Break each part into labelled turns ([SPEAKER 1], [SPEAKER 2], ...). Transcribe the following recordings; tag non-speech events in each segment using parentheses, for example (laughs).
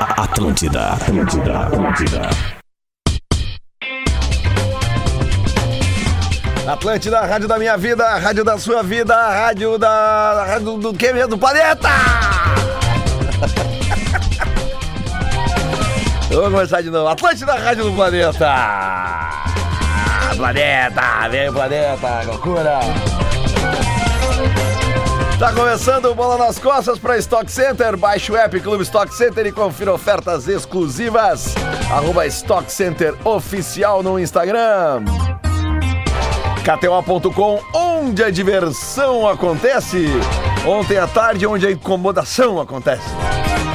[SPEAKER 1] Atlântida, Atlântida, Atlântida.
[SPEAKER 2] Atlântida, a rádio da minha vida, a rádio da sua vida, a rádio da. a rádio do que mesmo? Do planeta! (laughs) Vamos começar de novo. Atlântida, a rádio do planeta! Planeta, vem planeta, loucura! Tá começando o Bola nas Costas para Stock Center. Baixe o app Clube Stock Center e confira ofertas exclusivas. Arroba Stock Center Oficial no Instagram. KTO.com, onde a diversão acontece. Ontem à tarde, onde a incomodação acontece.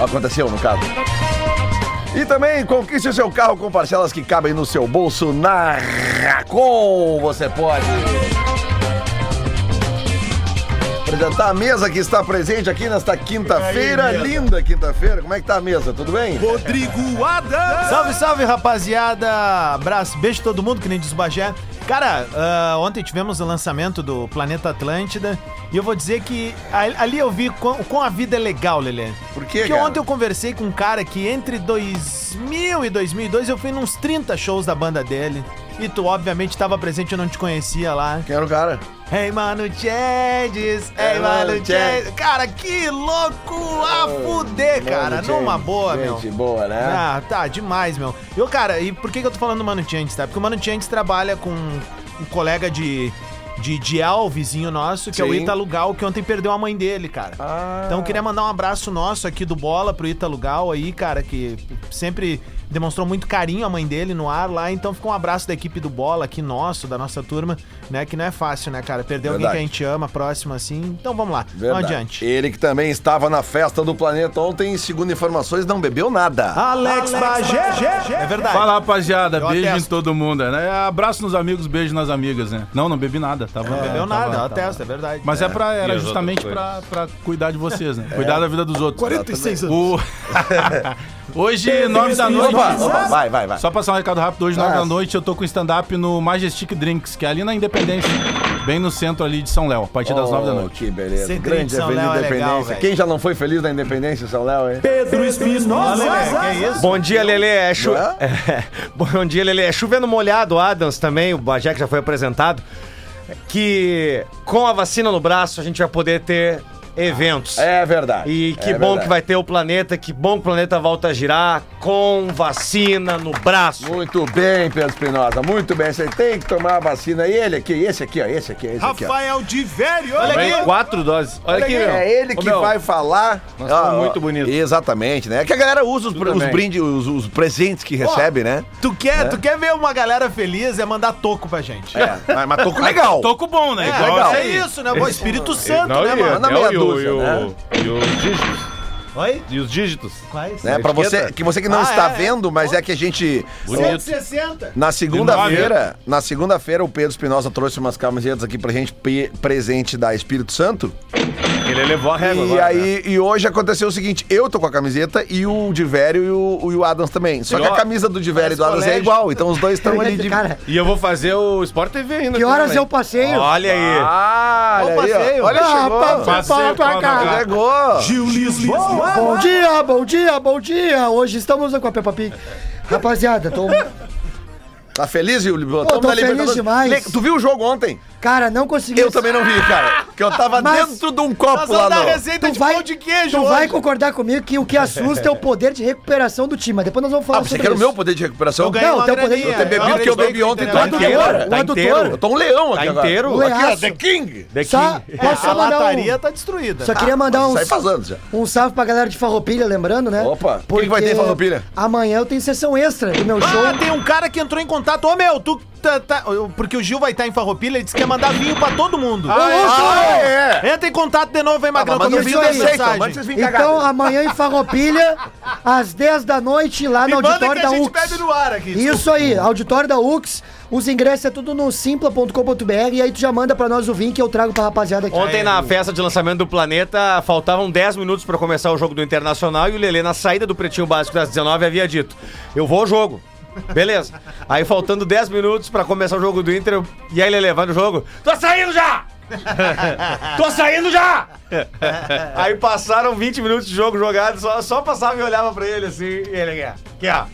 [SPEAKER 2] Aconteceu, no caso. E também conquiste o seu carro com parcelas que cabem no seu bolso na Racon. Você pode apresentar a mesa que está presente aqui nesta quinta-feira.
[SPEAKER 3] E aí, mesa?
[SPEAKER 2] Linda quinta-feira. Como é que tá a mesa? Tudo bem?
[SPEAKER 3] Rodrigo Adams.
[SPEAKER 4] Salve, salve, rapaziada! Abraço, beijo todo mundo, que nem diz o Bagé. Cara, ah, ontem tivemos o lançamento do Planeta Atlântida e eu vou dizer que a- ali eu vi com, com a vida é legal, Lelê.
[SPEAKER 2] Por quê,
[SPEAKER 4] Porque
[SPEAKER 2] cara?
[SPEAKER 4] ontem eu conversei com um cara que entre 2000 e 2002 eu fui nos 30 shows da banda dele. E tu, obviamente, tava presente, eu não te conhecia lá.
[SPEAKER 2] Quem era o cara?
[SPEAKER 4] Ei, mano, Changes! Ei,
[SPEAKER 2] Ei,
[SPEAKER 4] mano,
[SPEAKER 2] mano,
[SPEAKER 4] Changes! Cara, que louco a fuder, cara!
[SPEAKER 2] Mano,
[SPEAKER 4] Numa
[SPEAKER 2] gente,
[SPEAKER 4] boa, meu.
[SPEAKER 2] Gente, boa, né?
[SPEAKER 4] Ah, tá, demais, meu. Eu, cara, e por que, que eu tô falando do Mano Chantes, tá? Porque o Mano Chantes trabalha com um colega de. De, de Al, vizinho nosso, que é o
[SPEAKER 2] Sim.
[SPEAKER 4] Ítalo Gal, que ontem perdeu a mãe dele, cara.
[SPEAKER 2] Ah.
[SPEAKER 4] Então eu queria mandar um abraço nosso aqui do Bola pro Ítalo Gal aí, cara, que sempre demonstrou muito carinho à mãe dele no ar lá. Então fica um abraço da equipe do Bola aqui nosso, da nossa turma, né? Que não é fácil, né, cara? Perder alguém
[SPEAKER 2] Verdade.
[SPEAKER 4] que a gente ama, próximo assim. Então vamos lá, vamos
[SPEAKER 2] Verdade.
[SPEAKER 4] adiante.
[SPEAKER 2] Ele que também estava na festa do planeta ontem, segundo informações, não bebeu nada.
[SPEAKER 4] Ah, Alex, Bagé! É verdade.
[SPEAKER 3] Fala, rapaziada.
[SPEAKER 4] Eu
[SPEAKER 3] beijo
[SPEAKER 4] atesto.
[SPEAKER 3] em todo mundo. Né? Abraço nos amigos, beijo nas amigas, né? Não, não bebi nada. Tava,
[SPEAKER 4] Não bebeu nada,
[SPEAKER 3] tava-
[SPEAKER 4] ela
[SPEAKER 3] tava-
[SPEAKER 4] testa, é verdade.
[SPEAKER 3] Mas é, pra,
[SPEAKER 5] E
[SPEAKER 3] era
[SPEAKER 5] as
[SPEAKER 3] justamente
[SPEAKER 5] outras
[SPEAKER 3] pra, pra cuidar de vocês, né? Cuidar da vida dos outros.
[SPEAKER 4] 46
[SPEAKER 3] O- (laughs) Hoje, nove da noite.
[SPEAKER 2] Opa, opa, vai, vai, vai.
[SPEAKER 3] Só passar um recado rápido, hoje, 9
[SPEAKER 2] Ah.
[SPEAKER 3] da noite, eu tô com stand-up no Majestic Drinks, que é ali na Independência, bem no centro ali de São Léo, a partir das 9 da
[SPEAKER 2] Oh,
[SPEAKER 3] noite.
[SPEAKER 2] Que beleza.
[SPEAKER 4] Centro de
[SPEAKER 2] Grande
[SPEAKER 4] São
[SPEAKER 2] Avenida
[SPEAKER 4] Léo é legal,
[SPEAKER 2] Independência.
[SPEAKER 4] velho.
[SPEAKER 2] Quem já não foi feliz na Independência, São Léo, hein?
[SPEAKER 6] Pedro Espinosa.
[SPEAKER 4] Que isso?
[SPEAKER 5] Bom dia, Lele. É chu...
[SPEAKER 2] Não é?
[SPEAKER 5] (laughs) É. Bom dia, Lele. É chovendo molhado, Adams também, o Bajé que já foi apresentado. Que com a vacina no braço a gente vai poder ter eventos.
[SPEAKER 2] É verdade.
[SPEAKER 5] E que
[SPEAKER 2] É
[SPEAKER 5] bom
[SPEAKER 2] verdade.
[SPEAKER 5] que vai ter o planeta, que bom que o planeta volta a girar com vacina no braço.
[SPEAKER 2] Muito bem, Pedro Espinosa, muito bem. Você tem que tomar a vacina. E ele aqui, esse aqui, ó, esse aqui, esse aqui. Ó.
[SPEAKER 4] Rafael de Velho!
[SPEAKER 5] Vem Quatro doses. Olha aqui, meu.
[SPEAKER 2] É ele
[SPEAKER 5] Ô,
[SPEAKER 2] que
[SPEAKER 5] meu,
[SPEAKER 2] vai falar.
[SPEAKER 5] nós somos muito bonitos.
[SPEAKER 2] Exatamente, né? É que a galera usa os, os
[SPEAKER 5] bem.
[SPEAKER 2] brindes, os, os presentes que recebe, né?
[SPEAKER 4] Tu quer, tu quer ver uma galera feliz é mandar toco pra gente.
[SPEAKER 2] É, mas, mas tô com legal.
[SPEAKER 3] Toco bom, né? Igual
[SPEAKER 2] legal.
[SPEAKER 3] esse
[SPEAKER 4] É
[SPEAKER 3] aí.
[SPEAKER 4] isso, né? O Espírito Santo,
[SPEAKER 5] Não,
[SPEAKER 4] né,
[SPEAKER 5] e-
[SPEAKER 4] mano?
[SPEAKER 2] Manda
[SPEAKER 5] é,
[SPEAKER 2] meia
[SPEAKER 5] e o-
[SPEAKER 2] dúzia,
[SPEAKER 5] e o-
[SPEAKER 2] né?
[SPEAKER 5] E os dígitos.
[SPEAKER 4] Oi?
[SPEAKER 5] E os dígitos.
[SPEAKER 4] Quais?
[SPEAKER 2] Né? Pra você, que você que não
[SPEAKER 4] Ah,
[SPEAKER 2] está
[SPEAKER 4] é, é.
[SPEAKER 2] vendo, mas é que a gente...
[SPEAKER 3] Bonito.
[SPEAKER 4] 160.
[SPEAKER 2] Na segunda-feira, na segunda-feira o Pedro Espinosa trouxe umas camisetas aqui pra gente, pe- presente da Espírito Santo.
[SPEAKER 5] Ele levou a
[SPEAKER 2] E
[SPEAKER 5] régua agora, né?
[SPEAKER 2] aí, e hoje aconteceu o seguinte, eu tô com a camiseta e o Divério e o, e o Adams também. Só que a camisa do Divério e do Adams é igual, então os dois
[SPEAKER 7] (laughs)
[SPEAKER 2] estão ali de
[SPEAKER 7] Cara,
[SPEAKER 5] E eu vou fazer o Sport TV ainda.
[SPEAKER 7] que horas é o
[SPEAKER 5] eu
[SPEAKER 7] passeio?
[SPEAKER 5] Olha aí.
[SPEAKER 2] Ah, olha aí, ó. olha
[SPEAKER 7] Ah,
[SPEAKER 2] chegou.
[SPEAKER 3] Passeio,
[SPEAKER 7] pra cá.
[SPEAKER 3] cara.
[SPEAKER 2] Chegou.
[SPEAKER 3] Gil Lisboa.
[SPEAKER 7] Bom dia, bom dia, bom dia. Hoje estamos com a Peppa Pig. Rapaziada, tô...
[SPEAKER 2] Tá feliz, Gil? Pô,
[SPEAKER 7] tô feliz demais.
[SPEAKER 2] Tu viu o jogo ontem?
[SPEAKER 7] cara, não consegui.
[SPEAKER 2] Eu também não vi, cara. Porque eu tava
[SPEAKER 7] Mas-
[SPEAKER 2] dentro de um copo
[SPEAKER 4] Nós
[SPEAKER 2] lá
[SPEAKER 4] vamos dar
[SPEAKER 2] no...
[SPEAKER 4] receita
[SPEAKER 7] Tu
[SPEAKER 4] de
[SPEAKER 7] vai,
[SPEAKER 4] pão de queijo
[SPEAKER 7] tu
[SPEAKER 4] hoje.
[SPEAKER 7] vai concordar comigo que o que assusta é o poder de recuperação do time. Mas depois nós vamos falar
[SPEAKER 2] Ah, você
[SPEAKER 7] sobre
[SPEAKER 2] quer o
[SPEAKER 7] isso.
[SPEAKER 2] meu um poder de recuperação?
[SPEAKER 4] Eu ganhei
[SPEAKER 7] Não,
[SPEAKER 4] uma
[SPEAKER 7] teu poder-
[SPEAKER 4] graninha.
[SPEAKER 2] eu tenho bebido que eu bebi ontem,
[SPEAKER 7] O
[SPEAKER 2] tá
[SPEAKER 4] Tá
[SPEAKER 2] inteiro.
[SPEAKER 7] adutor, o
[SPEAKER 5] Tá
[SPEAKER 7] adutor.
[SPEAKER 5] inteiro.
[SPEAKER 2] Eu tô um leão
[SPEAKER 5] Tá
[SPEAKER 2] aqui agora.
[SPEAKER 5] inteiro?
[SPEAKER 2] Aqui, ó,
[SPEAKER 7] Leaço.
[SPEAKER 2] The King.
[SPEAKER 5] Daqui.
[SPEAKER 7] Só,
[SPEAKER 2] Ah,
[SPEAKER 7] posso
[SPEAKER 4] É, a
[SPEAKER 7] só mandar
[SPEAKER 4] lataria
[SPEAKER 7] um...
[SPEAKER 4] tá destruída.
[SPEAKER 7] Só queria mandar um,
[SPEAKER 2] Sai fazendo já.
[SPEAKER 7] um salve pra galera de Farroupilha, lembrando, né?
[SPEAKER 2] Opa, o que que vai ter em Farroupilha?
[SPEAKER 7] Amanhã eu tenho sessão extra do
[SPEAKER 2] é
[SPEAKER 7] meu show.
[SPEAKER 4] Ah, tem um cara que entrou em contato. Ô, meu, tu... Tá, tá- porque o Gil vai estar em Farroupilha, ele disse que ia mandar vinho pra todo mundo.
[SPEAKER 2] Ah, é. Ah,
[SPEAKER 4] Entra em contato de novo, hein, Magrão,
[SPEAKER 2] manda
[SPEAKER 4] quando eu
[SPEAKER 7] um
[SPEAKER 4] vi
[SPEAKER 7] vinho
[SPEAKER 4] a
[SPEAKER 7] decente,
[SPEAKER 4] mensagem.
[SPEAKER 2] manda esses vinhos
[SPEAKER 7] Então,
[SPEAKER 2] cagados.
[SPEAKER 7] amanhã em Farroupilha, (laughs) às 10 da noite, lá
[SPEAKER 4] Me
[SPEAKER 7] no
[SPEAKER 4] manda
[SPEAKER 7] auditório
[SPEAKER 4] que a
[SPEAKER 7] da
[SPEAKER 4] gente
[SPEAKER 7] UX.
[SPEAKER 4] bebe no ar aqui.
[SPEAKER 7] Isso aí, auditório da UX. Os ingressos é tudo no simpla.com.br e aí tu já manda pra nós o vinho que eu trago pra rapaziada aqui.
[SPEAKER 5] Ontem na festa de lançamento do Planeta, faltavam 10 minutos pra começar o jogo do Internacional e o Lelê, na saída do Pretinho Básico das 19, havia dito, eu vou ao jogo. Beleza. Aí faltando 10 minutos pra começar o jogo do Inter, eu- e aí Lelê, vai no jogo? Tô saindo já! Tô saindo já! Aí passaram 20 minutos de jogo jogado, só, só passava e olhava pra ele assim, e ele é. Que ó.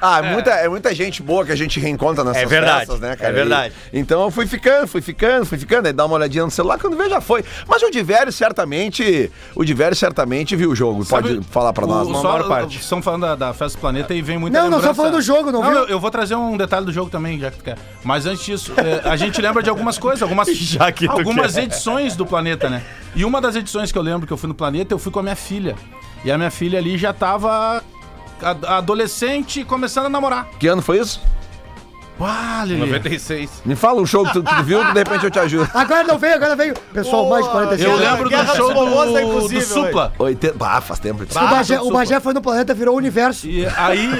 [SPEAKER 2] Ah, é muita, é muita gente boa que a gente reencontra nessas
[SPEAKER 5] É verdade,
[SPEAKER 2] festas, né,
[SPEAKER 5] é
[SPEAKER 2] cara?
[SPEAKER 5] verdade.
[SPEAKER 2] E- então eu fui ficando, fui ficando, fui ficando. Aí dá uma olhadinha no celular, quando vê já foi. Mas o Diverio certamente, o Diverio certamente viu o jogo.
[SPEAKER 3] Sabe,
[SPEAKER 2] Pode falar pra
[SPEAKER 3] o-
[SPEAKER 2] nós.
[SPEAKER 3] o-
[SPEAKER 2] uma
[SPEAKER 3] só-
[SPEAKER 2] maior parte.
[SPEAKER 3] Estão falando da, da Festa do Planeta e vem muita
[SPEAKER 7] Não, não, só
[SPEAKER 3] lembrança.
[SPEAKER 7] falando do jogo, não viu?
[SPEAKER 3] eu, eu vou trazer um detalhe do jogo também, já que tu quer. Mas antes disso, é, a gente lembra de algumas coisas,
[SPEAKER 7] (laughs)
[SPEAKER 3] algumas,
[SPEAKER 5] Já que tu
[SPEAKER 3] algumas
[SPEAKER 5] quer.
[SPEAKER 3] edições do Planeta, né? E uma das edições que eu lembro que eu fui no Planeta, eu fui com a minha filha. E a minha filha ali já tava ad- adolescente e começando a namorar.
[SPEAKER 2] Que ano foi isso?
[SPEAKER 3] Uau, Lili.
[SPEAKER 6] 96.
[SPEAKER 2] Me fala um show que tu, tu viu, que de repente eu te ajudo.
[SPEAKER 7] Agora não veio, agora veio. Pessoal, mais de 45
[SPEAKER 3] Eu
[SPEAKER 7] anos.
[SPEAKER 3] lembro do
[SPEAKER 4] Guerra dos
[SPEAKER 3] show
[SPEAKER 4] Robôs tá
[SPEAKER 3] do, do
[SPEAKER 4] impossível,
[SPEAKER 3] Supla.
[SPEAKER 2] 80. Ah, faz tempo.
[SPEAKER 7] O Bagé, o Bagé foi no planeta, virou o universo.
[SPEAKER 3] E
[SPEAKER 2] (laughs)
[SPEAKER 3] aí.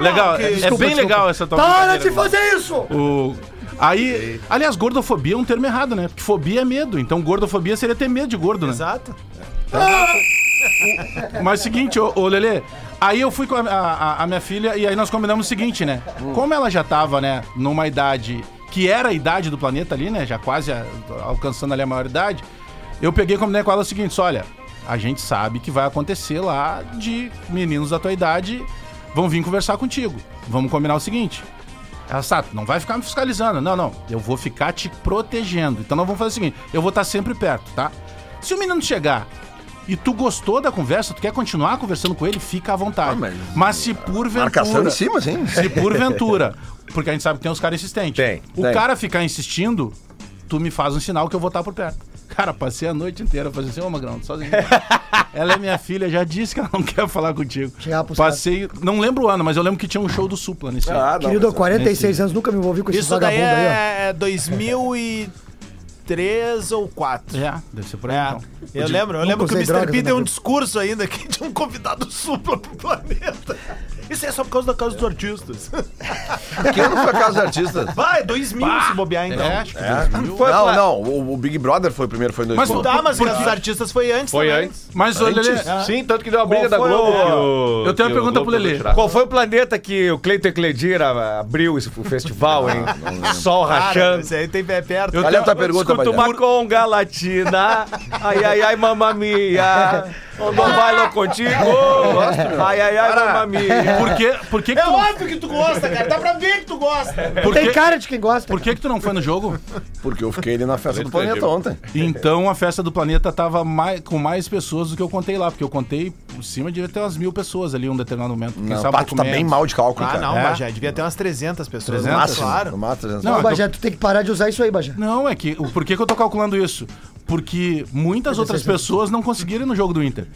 [SPEAKER 3] legal, é
[SPEAKER 7] Desculpa,
[SPEAKER 3] bem
[SPEAKER 7] desculpa.
[SPEAKER 3] legal essa tua
[SPEAKER 7] Para
[SPEAKER 3] brincadeira,
[SPEAKER 7] de
[SPEAKER 3] irmão.
[SPEAKER 7] fazer isso!
[SPEAKER 3] O... Aí, aliás, gordofobia é um termo errado, né? Porque fobia é medo. Então, gordofobia seria ter medo de gordo, né?
[SPEAKER 4] Exato.
[SPEAKER 3] Mas seguinte, ô, ô Lelê, aí eu fui com a, a- a minha filha e aí nós combinamos o seguinte, né? Como ela já tava, né, numa idade que era a idade do planeta ali, né? Já quase a- alcançando ali a maioridade, eu peguei e combinei com ela o seguinte: olha, a gente sabe que vai acontecer lá de meninos da tua idade vão vir conversar contigo. Vamos combinar o seguinte. Ela sabe, não vai ficar me fiscalizando. Não, não. Eu vou ficar te protegendo. Então nós vamos fazer o seguinte: eu vou estar sempre perto, tá? Se o menino chegar e tu gostou da conversa, tu quer continuar conversando com ele, fica à vontade.
[SPEAKER 2] Ah, mas-
[SPEAKER 3] mas... se porventura.
[SPEAKER 2] Marcação é em cima, sim.
[SPEAKER 3] Se porventura. Porque a gente sabe que tem os caras insistentes.
[SPEAKER 5] Tem,
[SPEAKER 3] O
[SPEAKER 2] tem.
[SPEAKER 3] cara ficar insistindo, tu me faz um sinal que eu vou estar por perto. Cara, passei a noite inteira fazendo assim, ô
[SPEAKER 2] (laughs)
[SPEAKER 3] Magrão, sozinho. ela é minha filha, já disse que ela não quer falar contigo.
[SPEAKER 7] Chegava pros
[SPEAKER 3] Passei. Não lembro o ano, mas eu lembro que tinha um show do Supla nesse ano.
[SPEAKER 2] Ah, não,
[SPEAKER 7] Querido,
[SPEAKER 2] mas-
[SPEAKER 7] 46 anos, nunca me envolvi com esse
[SPEAKER 4] Isso daí
[SPEAKER 7] vagabundo aí,
[SPEAKER 4] é 2003 ou 4.
[SPEAKER 3] É, deve ser por aí.
[SPEAKER 4] É,
[SPEAKER 3] então.
[SPEAKER 4] eu lembro, eu
[SPEAKER 7] Nunca
[SPEAKER 4] lembro que o
[SPEAKER 7] usei né,
[SPEAKER 4] Mr.
[SPEAKER 7] drogas
[SPEAKER 4] P
[SPEAKER 7] na
[SPEAKER 4] deu um
[SPEAKER 7] minha vida.
[SPEAKER 4] discurso ainda aqui de um convidado (laughs) supla pro planeta. Isso é só por causa da causa dos artistas.
[SPEAKER 2] Que ano foi a Casa dos Artistas?
[SPEAKER 4] Vai, 2000 se bobear então.
[SPEAKER 3] É, acho que
[SPEAKER 2] não, não. O, o Big Brother foi primeiro, foi em
[SPEAKER 3] Mas
[SPEAKER 2] 2000.
[SPEAKER 4] Tá, mas
[SPEAKER 3] Porque-
[SPEAKER 4] Casa dos artistas foi antes.
[SPEAKER 6] Foi
[SPEAKER 4] também.
[SPEAKER 6] antes.
[SPEAKER 3] Mas, ô, Lelê,
[SPEAKER 2] é. Ah.
[SPEAKER 6] Sim, tanto que deu a briga da
[SPEAKER 5] foi o-
[SPEAKER 6] Globo.
[SPEAKER 3] Eu tenho uma pergunta pro Lelê.
[SPEAKER 5] Qual foi o planeta que o Cleiton Ecledira abriu
[SPEAKER 6] (laughs)
[SPEAKER 5] esse- o festival, hein?
[SPEAKER 6] Ah,
[SPEAKER 5] Sol
[SPEAKER 4] Cara,
[SPEAKER 6] é
[SPEAKER 5] rachando.
[SPEAKER 4] isso aí tem pé perto.
[SPEAKER 2] Olha a tua pergunta,
[SPEAKER 5] Escuta
[SPEAKER 2] Bagé.
[SPEAKER 5] uma conga latina. Ai, ai, ai, mamma mia. Não vai lá contigo. Ai, ai, ai, mamma mia.
[SPEAKER 3] por que, por que, que
[SPEAKER 4] É
[SPEAKER 3] tu,
[SPEAKER 4] óbvio que tu gosta, cara.
[SPEAKER 3] Tá
[SPEAKER 4] Dá pra ver que tu gosta.
[SPEAKER 3] por
[SPEAKER 7] ó. Tem
[SPEAKER 3] que,
[SPEAKER 7] cara de quem gosta.
[SPEAKER 3] por que que tu não foi no jogo?
[SPEAKER 2] Porque eu fiquei ali na festa do planeta ontem.
[SPEAKER 3] Então a festa do planeta tava mai- com mais pessoas do que eu contei lá, porque eu contei por cima devia ter umas mil pessoas ali em um determinado momento. Quem
[SPEAKER 2] Não,
[SPEAKER 3] sabe
[SPEAKER 2] o
[SPEAKER 3] um
[SPEAKER 2] Pato
[SPEAKER 3] pouco
[SPEAKER 2] tá bem
[SPEAKER 3] menos.
[SPEAKER 2] mal de cálculo,
[SPEAKER 4] Ah,
[SPEAKER 2] cara.
[SPEAKER 4] não,
[SPEAKER 3] É.
[SPEAKER 4] mas já devia ter umas 300 pessoas.
[SPEAKER 3] 300?
[SPEAKER 4] né?
[SPEAKER 2] Máximo,
[SPEAKER 4] Claro.
[SPEAKER 2] no máximo,
[SPEAKER 3] Não,
[SPEAKER 7] Ô, Bagé, tu tem que parar de usar isso aí, Bagé.
[SPEAKER 3] Não, é que. o- Por que, que eu tô calculando isso? Porque muitas outras pessoas não conseguiram ir no jogo do Inter.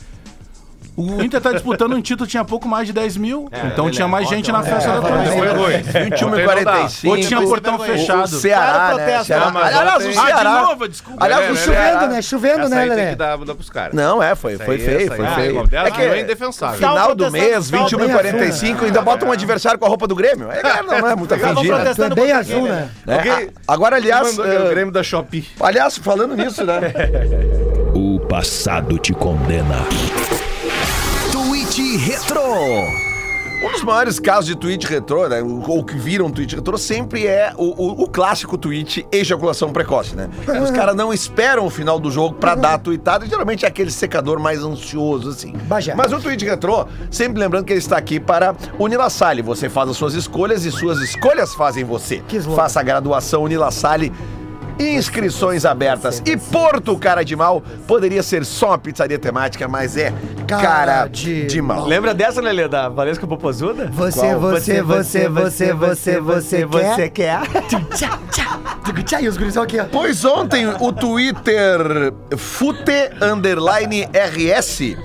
[SPEAKER 3] O Inter tá disputando um título, tinha pouco mais de 10 mil, então tinha mais gente na festa da
[SPEAKER 5] é,
[SPEAKER 3] torcida.
[SPEAKER 6] Foi ruim.
[SPEAKER 2] 21 e
[SPEAKER 3] Ou
[SPEAKER 2] 45.
[SPEAKER 3] tinha
[SPEAKER 2] o-
[SPEAKER 3] portão
[SPEAKER 2] o
[SPEAKER 3] fechado.
[SPEAKER 2] Ceará, né?
[SPEAKER 4] Claro, protesto,
[SPEAKER 2] Ceará, Ah,
[SPEAKER 4] né? Mas
[SPEAKER 2] aliás, o
[SPEAKER 6] ontem-
[SPEAKER 2] Ceará...
[SPEAKER 3] Ah,
[SPEAKER 6] desculpa.
[SPEAKER 2] aliás, o
[SPEAKER 6] É,
[SPEAKER 2] Ceará-
[SPEAKER 7] Chovendo, né? Chovendo,
[SPEAKER 6] Essa
[SPEAKER 7] né,
[SPEAKER 6] aí tem
[SPEAKER 7] Lelé?
[SPEAKER 6] que dar, dar pros caras.
[SPEAKER 2] Não, é, foi, foi
[SPEAKER 6] aí,
[SPEAKER 2] feio,
[SPEAKER 6] essa
[SPEAKER 2] foi
[SPEAKER 6] aí.
[SPEAKER 2] feio.
[SPEAKER 6] Ah, dessa
[SPEAKER 2] É que
[SPEAKER 6] não é indefensável.
[SPEAKER 2] final do mês,
[SPEAKER 4] Tá o
[SPEAKER 2] 21 e
[SPEAKER 7] bem
[SPEAKER 2] 45, ainda bota um adversário com a roupa do Grêmio. É, galera, não é muito
[SPEAKER 4] Vamos
[SPEAKER 2] afingida.
[SPEAKER 7] Tu é
[SPEAKER 4] protestando
[SPEAKER 7] bem azul, né?
[SPEAKER 2] Né?
[SPEAKER 6] Alguém-
[SPEAKER 2] A- Agora, aliás,
[SPEAKER 6] Mandou que era o
[SPEAKER 2] eh,
[SPEAKER 6] Grêmio da Shopee.
[SPEAKER 2] aliás, falando nisso, né?
[SPEAKER 1] (laughs) O passado te condena.
[SPEAKER 2] Twitch Retro. Um dos maiores casos de tweet retrô, né, ou que viram tweet retrô, sempre é o, o- o clássico tweet ejaculação precoce, né? Os caras não esperam o final do jogo pra dar a tweetada, e geralmente é aquele secador mais ansioso, assim.
[SPEAKER 7] Bajé.
[SPEAKER 2] Mas o tweet retrô, sempre lembrando que ele está aqui para Unilassalle. Você faz as suas escolhas e suas escolhas fazem você.
[SPEAKER 7] Que slogan.
[SPEAKER 2] Faça a graduação Unilassalle. Inscrições abertas. E Porto Cara de Mal poderia ser só uma pizzaria temática, mas é cara
[SPEAKER 7] Cara
[SPEAKER 2] de,
[SPEAKER 7] de
[SPEAKER 2] mal.
[SPEAKER 5] Lembra dessa, Lelê, da Valesca Popozuda?
[SPEAKER 7] Você, você, você, você, você, você, você quer?
[SPEAKER 5] quer?
[SPEAKER 7] Tchá, E os gurizão aqui, ó.
[SPEAKER 2] Pois ontem o Twitter fute underline RS,